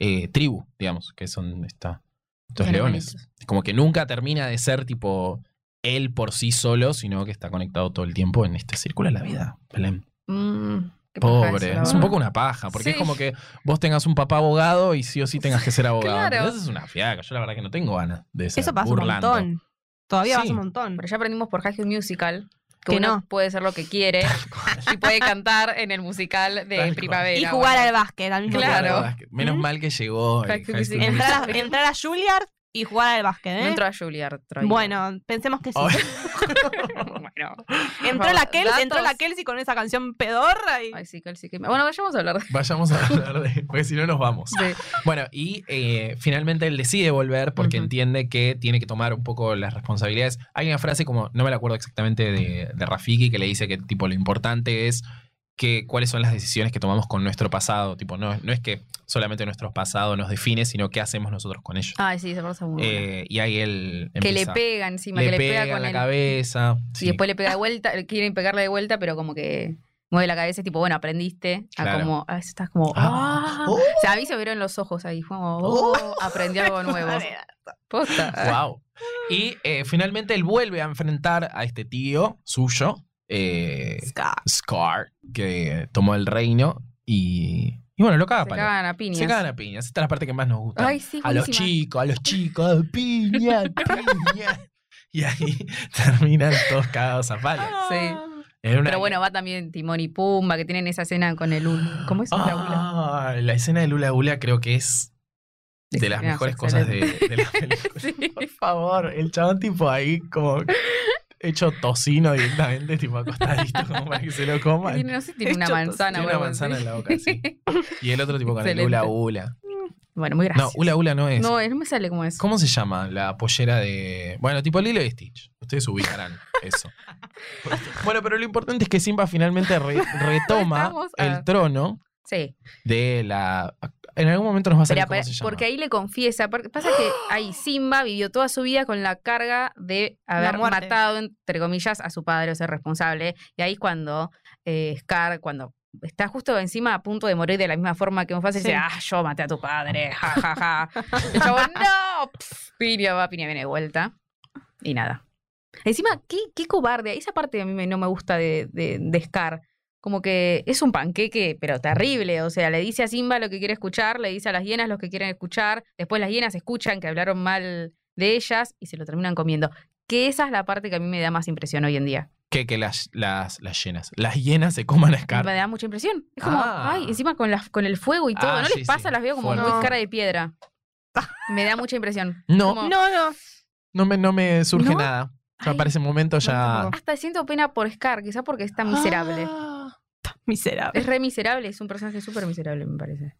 [SPEAKER 1] eh, tribu, digamos, que son esta- estos
[SPEAKER 2] Los
[SPEAKER 1] leones.
[SPEAKER 2] leonitos.
[SPEAKER 1] Como que nunca termina de ser tipo él por sí solo, sino que está conectado todo el tiempo en este círculo de la vida. Belén.
[SPEAKER 2] Mm, qué paja eso,
[SPEAKER 1] Pobre.
[SPEAKER 2] la
[SPEAKER 1] es un
[SPEAKER 2] verdad.
[SPEAKER 1] poco una paja, porque es
[SPEAKER 2] Sí.
[SPEAKER 1] como que vos tengas un papá abogado y sí o sí tengas que ser abogado.
[SPEAKER 2] Claro.
[SPEAKER 1] Entonces es una fiaca. Yo la verdad que no tengo ganas de ser
[SPEAKER 3] Eso pasa
[SPEAKER 1] burlando.
[SPEAKER 3] un montón. Todavía
[SPEAKER 1] Sí.
[SPEAKER 3] pasa un montón.
[SPEAKER 2] Pero ya aprendimos por High School Musical que,
[SPEAKER 3] Que
[SPEAKER 2] uno
[SPEAKER 3] no.
[SPEAKER 2] puede ser lo que quiere y puede cantar en el musical
[SPEAKER 1] Tal
[SPEAKER 2] de
[SPEAKER 1] cual.
[SPEAKER 2] primavera.
[SPEAKER 3] Y jugar
[SPEAKER 2] bueno.
[SPEAKER 3] al básquet al mismo
[SPEAKER 1] Bueno,
[SPEAKER 2] Claro.
[SPEAKER 1] la verdad es que Menos
[SPEAKER 3] Ujú.
[SPEAKER 1] mal que llegó. el
[SPEAKER 2] High School
[SPEAKER 1] High School
[SPEAKER 2] Musical.
[SPEAKER 1] Musical.
[SPEAKER 3] Entrar a, entrar a Juilliard y jugar al básquet,
[SPEAKER 2] No
[SPEAKER 3] ¿eh?
[SPEAKER 2] entró a Juilliard, Troy.
[SPEAKER 3] Bueno, pensemos que sí.
[SPEAKER 1] Ahora-
[SPEAKER 2] Bueno,
[SPEAKER 3] Bueno. Entró la
[SPEAKER 2] favor,
[SPEAKER 3] Kelsey, entró la
[SPEAKER 2] datos.
[SPEAKER 3] Kelsey con esa canción pedorra y.
[SPEAKER 2] Ay, sí, Kelsey Kidman. Bueno, vayamos a hablar de...
[SPEAKER 1] Vayamos a hablar de. Porque si no, nos vamos.
[SPEAKER 2] de-
[SPEAKER 1] Bueno, y eh, finalmente él decide volver porque
[SPEAKER 2] Ujú.
[SPEAKER 1] entiende que tiene que tomar un poco las responsabilidades. Hay una frase como, no me la acuerdo exactamente de, de Rafiki, que le dice que tipo lo importante es que cuáles son las decisiones que tomamos con nuestro pasado. Tipo, no, no es que solamente nuestro pasado nos define, sino qué hacemos nosotros con ello.
[SPEAKER 2] Ay, sí, esa parte es muy buena.
[SPEAKER 1] Eh, y ahí él
[SPEAKER 2] Ah, que le
[SPEAKER 1] empieza-
[SPEAKER 2] pega encima,
[SPEAKER 1] le
[SPEAKER 2] que le pega,
[SPEAKER 1] pega
[SPEAKER 2] con
[SPEAKER 1] en la
[SPEAKER 2] el-
[SPEAKER 1] cabeza.
[SPEAKER 2] Y después le pega de vuelta, quieren pegarle de vuelta, pero como que mueve la cabeza, tipo, bueno, aprendiste a
[SPEAKER 1] Claro.
[SPEAKER 2] como, a veces estás como,
[SPEAKER 1] Ah.
[SPEAKER 2] ah. o sea, a mí se me vieron los ojos ahí, fue como, oh, aprendí algo nuevo. Posta.
[SPEAKER 1] Wow. Y eh, finalmente él vuelve a enfrentar a este tío suyo, eh,
[SPEAKER 3] Ska.
[SPEAKER 1] Scar, que tomó el reino y, y bueno, lo caga
[SPEAKER 2] Se
[SPEAKER 1] palo.
[SPEAKER 2] cagan a piñas.
[SPEAKER 1] Se cagan a piñas. Esta es la parte que más nos gusta.
[SPEAKER 2] Ay, sí,
[SPEAKER 1] a los
[SPEAKER 2] buenísima.
[SPEAKER 1] chicos, a los chicos, piña, piña. Y ahí terminan todos cagados a palos.
[SPEAKER 2] Sí.
[SPEAKER 1] En una-
[SPEAKER 2] Pero bueno, va también Timón y Pumba, que tienen esa escena con el un. ¿Cómo es? La ula.
[SPEAKER 1] Ah, la escena de Lula Gula creo que es de las
[SPEAKER 2] Escena
[SPEAKER 1] mejores
[SPEAKER 2] sexual.
[SPEAKER 1] cosas de, de la película.
[SPEAKER 2] Sí.
[SPEAKER 1] Por favor, el chabón tipo ahí como hecho tocino directamente, tipo acostadito como para que se lo coman.
[SPEAKER 2] Tiene, no sé, tiene una
[SPEAKER 3] Hecho
[SPEAKER 2] manzana.
[SPEAKER 1] Tiene
[SPEAKER 2] o
[SPEAKER 1] una
[SPEAKER 2] algo
[SPEAKER 1] manzana
[SPEAKER 2] así.
[SPEAKER 1] en la boca, sí. Y el otro tipo con el
[SPEAKER 2] Excelente.
[SPEAKER 1] hula hula.
[SPEAKER 2] Bueno, muy
[SPEAKER 1] No,
[SPEAKER 2] gracioso.
[SPEAKER 1] hula hula no es.
[SPEAKER 2] No, no me sale como es.
[SPEAKER 1] ¿Cómo se llama la pollera de...? Bueno, tipo Lilo y Stitch. Ustedes ubicarán eso. bueno, pero lo importante es que Simba finalmente re- retoma
[SPEAKER 2] Estamos a-
[SPEAKER 1] el trono
[SPEAKER 2] Sí.
[SPEAKER 1] de la... En algún momento nos va a salir
[SPEAKER 2] Pero
[SPEAKER 1] cómo
[SPEAKER 2] apa-
[SPEAKER 1] se llama.
[SPEAKER 2] porque ahí le confiesa. porque pasa que ahí Simba vivió toda su vida con la carga de haber
[SPEAKER 3] muerte.
[SPEAKER 2] matado, entre comillas, a su padre o ser responsable. Y ahí es cuando eh, Scar, cuando está justo encima a punto de morir de la misma forma que Mufasa, dice,
[SPEAKER 3] Sí.
[SPEAKER 2] ah, yo maté a tu padre, ja, ja, ja. El chabón, no, pf, piña va, piña viene de vuelta. Y nada. Encima, qué, qué cobarde. Esa parte a mí me- no me gusta de, de, de Scar. Como que es un panqueque, pero terrible. O sea, le dice a Simba lo que quiere escuchar, le dice a las hienas lo que quieren escuchar. Después las hienas escuchan que hablaron mal de ellas y se lo terminan comiendo. Que esa es la parte que a mí me da más impresión hoy en día.
[SPEAKER 1] Que, que las, las, las llenas. Las hienas se coman a Scar.
[SPEAKER 2] Me da mucha impresión. Es como,
[SPEAKER 1] Ah.
[SPEAKER 2] ay, encima con, las, con el fuego y todo.
[SPEAKER 1] Ah,
[SPEAKER 2] ¿No
[SPEAKER 1] sí,
[SPEAKER 2] les pasa?
[SPEAKER 1] sí.
[SPEAKER 2] Las veo como
[SPEAKER 1] Fuerte.
[SPEAKER 2] muy cara de piedra. Me da mucha impresión.
[SPEAKER 1] No,
[SPEAKER 2] Como-
[SPEAKER 3] No, no.
[SPEAKER 1] no me, no me surge
[SPEAKER 2] ¿No?
[SPEAKER 1] nada. Ya
[SPEAKER 2] Ay,
[SPEAKER 1] para ese momento ya...
[SPEAKER 3] tampoco.
[SPEAKER 2] Hasta siento pena por Scar, quizá porque está miserable.
[SPEAKER 1] Ah.
[SPEAKER 3] Miserable.
[SPEAKER 2] Es re miserable, es un personaje súper miserable, me parece.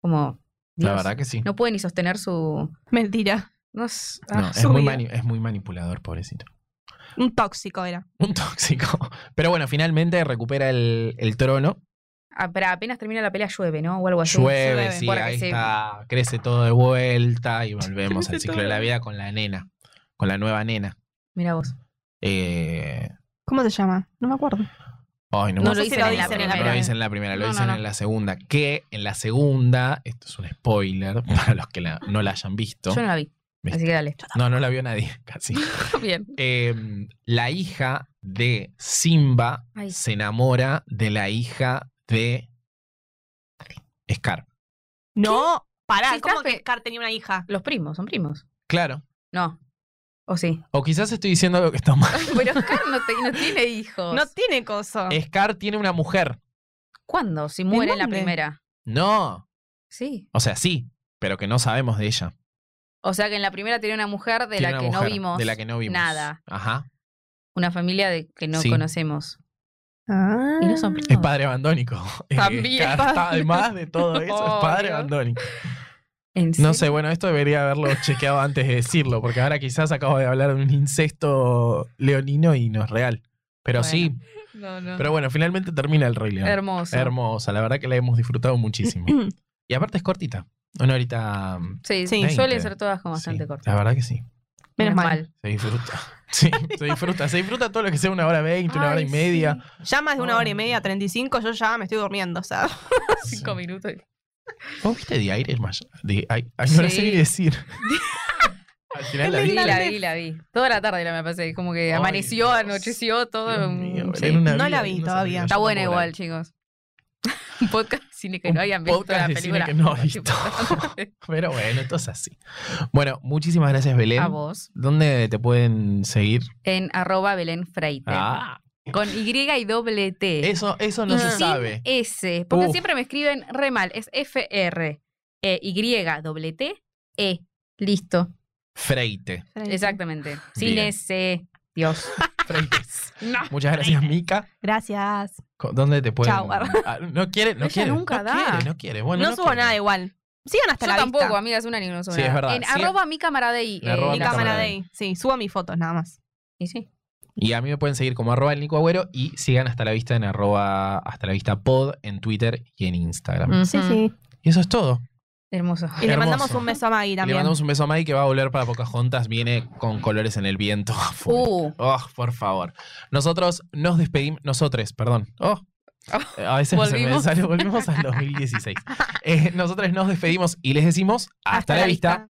[SPEAKER 2] Como.
[SPEAKER 1] la
[SPEAKER 2] Dios,
[SPEAKER 1] verdad que sí.
[SPEAKER 2] No puede ni sostener su.
[SPEAKER 3] Mentira.
[SPEAKER 2] No, s-
[SPEAKER 1] No,
[SPEAKER 2] ah,
[SPEAKER 1] es,
[SPEAKER 2] su
[SPEAKER 1] muy
[SPEAKER 2] vida.
[SPEAKER 1] mani- es muy manipulador, pobrecito.
[SPEAKER 3] Un tóxico era.
[SPEAKER 1] Un tóxico. Pero bueno, finalmente recupera el, el trono.
[SPEAKER 2] Ah, pero apenas termina la pelea llueve, ¿no? O algo así.
[SPEAKER 1] Llueve,
[SPEAKER 3] llueve.
[SPEAKER 1] sí,
[SPEAKER 2] Porque
[SPEAKER 1] ahí
[SPEAKER 2] se-
[SPEAKER 1] está. Crece todo de vuelta y volvemos
[SPEAKER 3] Crece
[SPEAKER 1] al ciclo
[SPEAKER 3] todo.
[SPEAKER 1] de la vida con la nena, con la nueva nena.
[SPEAKER 2] Mira vos.
[SPEAKER 1] Eh,
[SPEAKER 3] ¿Cómo se llama? No me acuerdo.
[SPEAKER 1] ay, no,
[SPEAKER 2] No
[SPEAKER 1] me-
[SPEAKER 2] lo
[SPEAKER 3] sé si
[SPEAKER 2] dicen
[SPEAKER 3] lo
[SPEAKER 2] en la
[SPEAKER 3] dicen en
[SPEAKER 2] primera.
[SPEAKER 3] la
[SPEAKER 1] no lo dicen en la primera, lo
[SPEAKER 2] No, no,
[SPEAKER 1] dicen
[SPEAKER 2] no.
[SPEAKER 1] en la segunda. Que en la segunda, esto es un spoiler para los que la- no la hayan visto.
[SPEAKER 2] Yo no la vi.
[SPEAKER 1] Viste.
[SPEAKER 2] Así que dale.
[SPEAKER 1] No, no la vio nadie, casi.
[SPEAKER 2] Bien.
[SPEAKER 1] Eh, la hija de Simba
[SPEAKER 2] Ay.
[SPEAKER 1] se enamora de la hija de Scar.
[SPEAKER 3] No. Pará,
[SPEAKER 2] Sí,
[SPEAKER 3] ¿cómo
[SPEAKER 2] Scarpe-
[SPEAKER 3] que Scar tenía una hija?
[SPEAKER 2] Los primos, son primos.
[SPEAKER 1] Claro.
[SPEAKER 2] No. O sí.
[SPEAKER 1] O quizás estoy diciendo algo que está mal.
[SPEAKER 2] Pero Scar no, te- no tiene hijos.
[SPEAKER 3] No tiene coso.
[SPEAKER 1] Ah. Scar tiene una mujer.
[SPEAKER 2] ¿Cuándo? Si muere en la
[SPEAKER 3] dónde?
[SPEAKER 2] primera.
[SPEAKER 1] No.
[SPEAKER 2] Sí.
[SPEAKER 1] O sea, sí, pero que no sabemos de ella.
[SPEAKER 2] O sea que en la primera tenía una mujer de
[SPEAKER 1] Tiene
[SPEAKER 2] la
[SPEAKER 1] una
[SPEAKER 2] que no
[SPEAKER 1] mujer
[SPEAKER 2] vimos.
[SPEAKER 1] De la que no vimos.
[SPEAKER 2] nada.
[SPEAKER 1] Ajá.
[SPEAKER 2] Una familia de que no
[SPEAKER 1] Sí.
[SPEAKER 2] conocemos.
[SPEAKER 3] Ah.
[SPEAKER 2] Y no son
[SPEAKER 1] Es
[SPEAKER 2] primos.
[SPEAKER 1] padre abandónico. Eh,
[SPEAKER 2] También.
[SPEAKER 1] Scar está- además de todo eso, es padre
[SPEAKER 2] Obvio.
[SPEAKER 1] abandónico.
[SPEAKER 2] ¿En
[SPEAKER 1] No
[SPEAKER 2] serio?
[SPEAKER 1] sé, bueno, esto debería haberlo chequeado antes de decirlo, porque ahora quizás acabo de hablar de un incesto leonino y no es real. Pero
[SPEAKER 2] Bueno.
[SPEAKER 1] sí,
[SPEAKER 2] No, no.
[SPEAKER 1] pero bueno, finalmente termina el Rey León.
[SPEAKER 2] Hermoso.
[SPEAKER 1] Hermosa, la verdad que la hemos disfrutado muchísimo. y aparte es cortita. Una horita. mm,
[SPEAKER 2] Sí,
[SPEAKER 3] Sí.
[SPEAKER 2] suelen
[SPEAKER 1] 20.
[SPEAKER 2] ser todas como bastante
[SPEAKER 1] sí,
[SPEAKER 2] cortas.
[SPEAKER 1] La verdad que sí.
[SPEAKER 3] Menos mal.
[SPEAKER 1] Se disfruta. Sí, se disfruta. Se disfruta todo lo que sea una hora veinte, una
[SPEAKER 2] Ay,
[SPEAKER 1] hora y media.
[SPEAKER 3] Ya más de una
[SPEAKER 2] Ay.
[SPEAKER 3] hora
[SPEAKER 1] Oh.
[SPEAKER 3] y media, 35, yo ya me estoy durmiendo, o sea.
[SPEAKER 2] sí. Cinco minutos.
[SPEAKER 1] ¿Vos viste The Irishman? The- ay, ay, no la sé
[SPEAKER 2] Sí.
[SPEAKER 1] ni decir. Al final la
[SPEAKER 2] Sí,
[SPEAKER 1] vi.
[SPEAKER 2] la vi, la vi. Toda la tarde la me pasé. Como
[SPEAKER 1] Ay,
[SPEAKER 2] que amaneció,
[SPEAKER 1] Dios.
[SPEAKER 2] anocheció, todo.
[SPEAKER 1] Dios
[SPEAKER 2] mm,
[SPEAKER 1] mío,
[SPEAKER 2] sí.
[SPEAKER 1] era una
[SPEAKER 3] No
[SPEAKER 1] vida
[SPEAKER 3] la vi
[SPEAKER 1] que no
[SPEAKER 3] todavía.
[SPEAKER 1] sabía.
[SPEAKER 2] Está
[SPEAKER 1] Yo
[SPEAKER 2] buena
[SPEAKER 1] tampoco la
[SPEAKER 2] igual,
[SPEAKER 1] vi.
[SPEAKER 2] chicos. Un podcast de cine que no hayan visto
[SPEAKER 1] podcast
[SPEAKER 2] la
[SPEAKER 1] de cine
[SPEAKER 2] película.
[SPEAKER 1] que no he visto. Pero bueno, entonces así. Bueno, muchísimas gracias, Belén.
[SPEAKER 2] A vos.
[SPEAKER 1] ¿Dónde te pueden seguir?
[SPEAKER 2] En arroba Belén Freite.
[SPEAKER 1] Ah,
[SPEAKER 2] Con Y y doble T.
[SPEAKER 1] eso, eso no
[SPEAKER 2] Y
[SPEAKER 1] se
[SPEAKER 2] sin
[SPEAKER 1] sabe.
[SPEAKER 2] S. Porque
[SPEAKER 1] Uf.
[SPEAKER 2] siempre me escriben re mal. Es FR. eh, y doble T. E. Listo.
[SPEAKER 1] Freite.
[SPEAKER 2] Exactamente. Sin
[SPEAKER 1] Bien.
[SPEAKER 2] S. Dios.
[SPEAKER 1] traites.
[SPEAKER 2] No.
[SPEAKER 1] Muchas gracias, Mika.
[SPEAKER 3] Gracias.
[SPEAKER 1] Co- ¿Dónde te pueden...?
[SPEAKER 3] Chau.
[SPEAKER 1] Ah, no quiere, no
[SPEAKER 2] Ella
[SPEAKER 1] quiere.
[SPEAKER 2] nunca
[SPEAKER 1] no
[SPEAKER 2] da.
[SPEAKER 1] quiere, no quiere. Bueno,
[SPEAKER 3] no,
[SPEAKER 1] no
[SPEAKER 3] subo
[SPEAKER 1] quiere.
[SPEAKER 3] nada igual. Sigan hasta
[SPEAKER 2] Yo
[SPEAKER 3] la
[SPEAKER 2] tampoco,
[SPEAKER 3] vista.
[SPEAKER 2] amiga, es un anime, no subo
[SPEAKER 1] Sí, es
[SPEAKER 2] nada.
[SPEAKER 1] verdad,
[SPEAKER 2] En
[SPEAKER 1] sí.
[SPEAKER 2] arroba eh, mi camarada y
[SPEAKER 1] Me arroba
[SPEAKER 3] Mi
[SPEAKER 1] la
[SPEAKER 3] cámara
[SPEAKER 1] cámara
[SPEAKER 3] de
[SPEAKER 1] de
[SPEAKER 3] ahí. Sí, subo mis fotos nada más.
[SPEAKER 2] Y sí.
[SPEAKER 1] Y a mí me pueden seguir como arroba el Nico Agüero y sigan hasta la vista en arroba hasta la vista pod en Twitter y en Instagram.
[SPEAKER 2] Ujú.
[SPEAKER 1] Y eso es todo.
[SPEAKER 2] Hermoso.
[SPEAKER 3] Y le
[SPEAKER 1] Hermoso.
[SPEAKER 3] mandamos un beso a Maggie
[SPEAKER 1] Le
[SPEAKER 3] también.
[SPEAKER 1] mandamos un beso a Mai que va a volver para Pocahontas. Viene con colores en el viento. a full.
[SPEAKER 2] Uh,
[SPEAKER 1] Oh, por favor. Nosotros nos despedimos. Nosotros, perdón. Oh. Eh, A veces se me
[SPEAKER 2] Volvimos.
[SPEAKER 1] sale, volvimos al 2016. Eh, nosotros nos despedimos y les decimos hasta, la vista.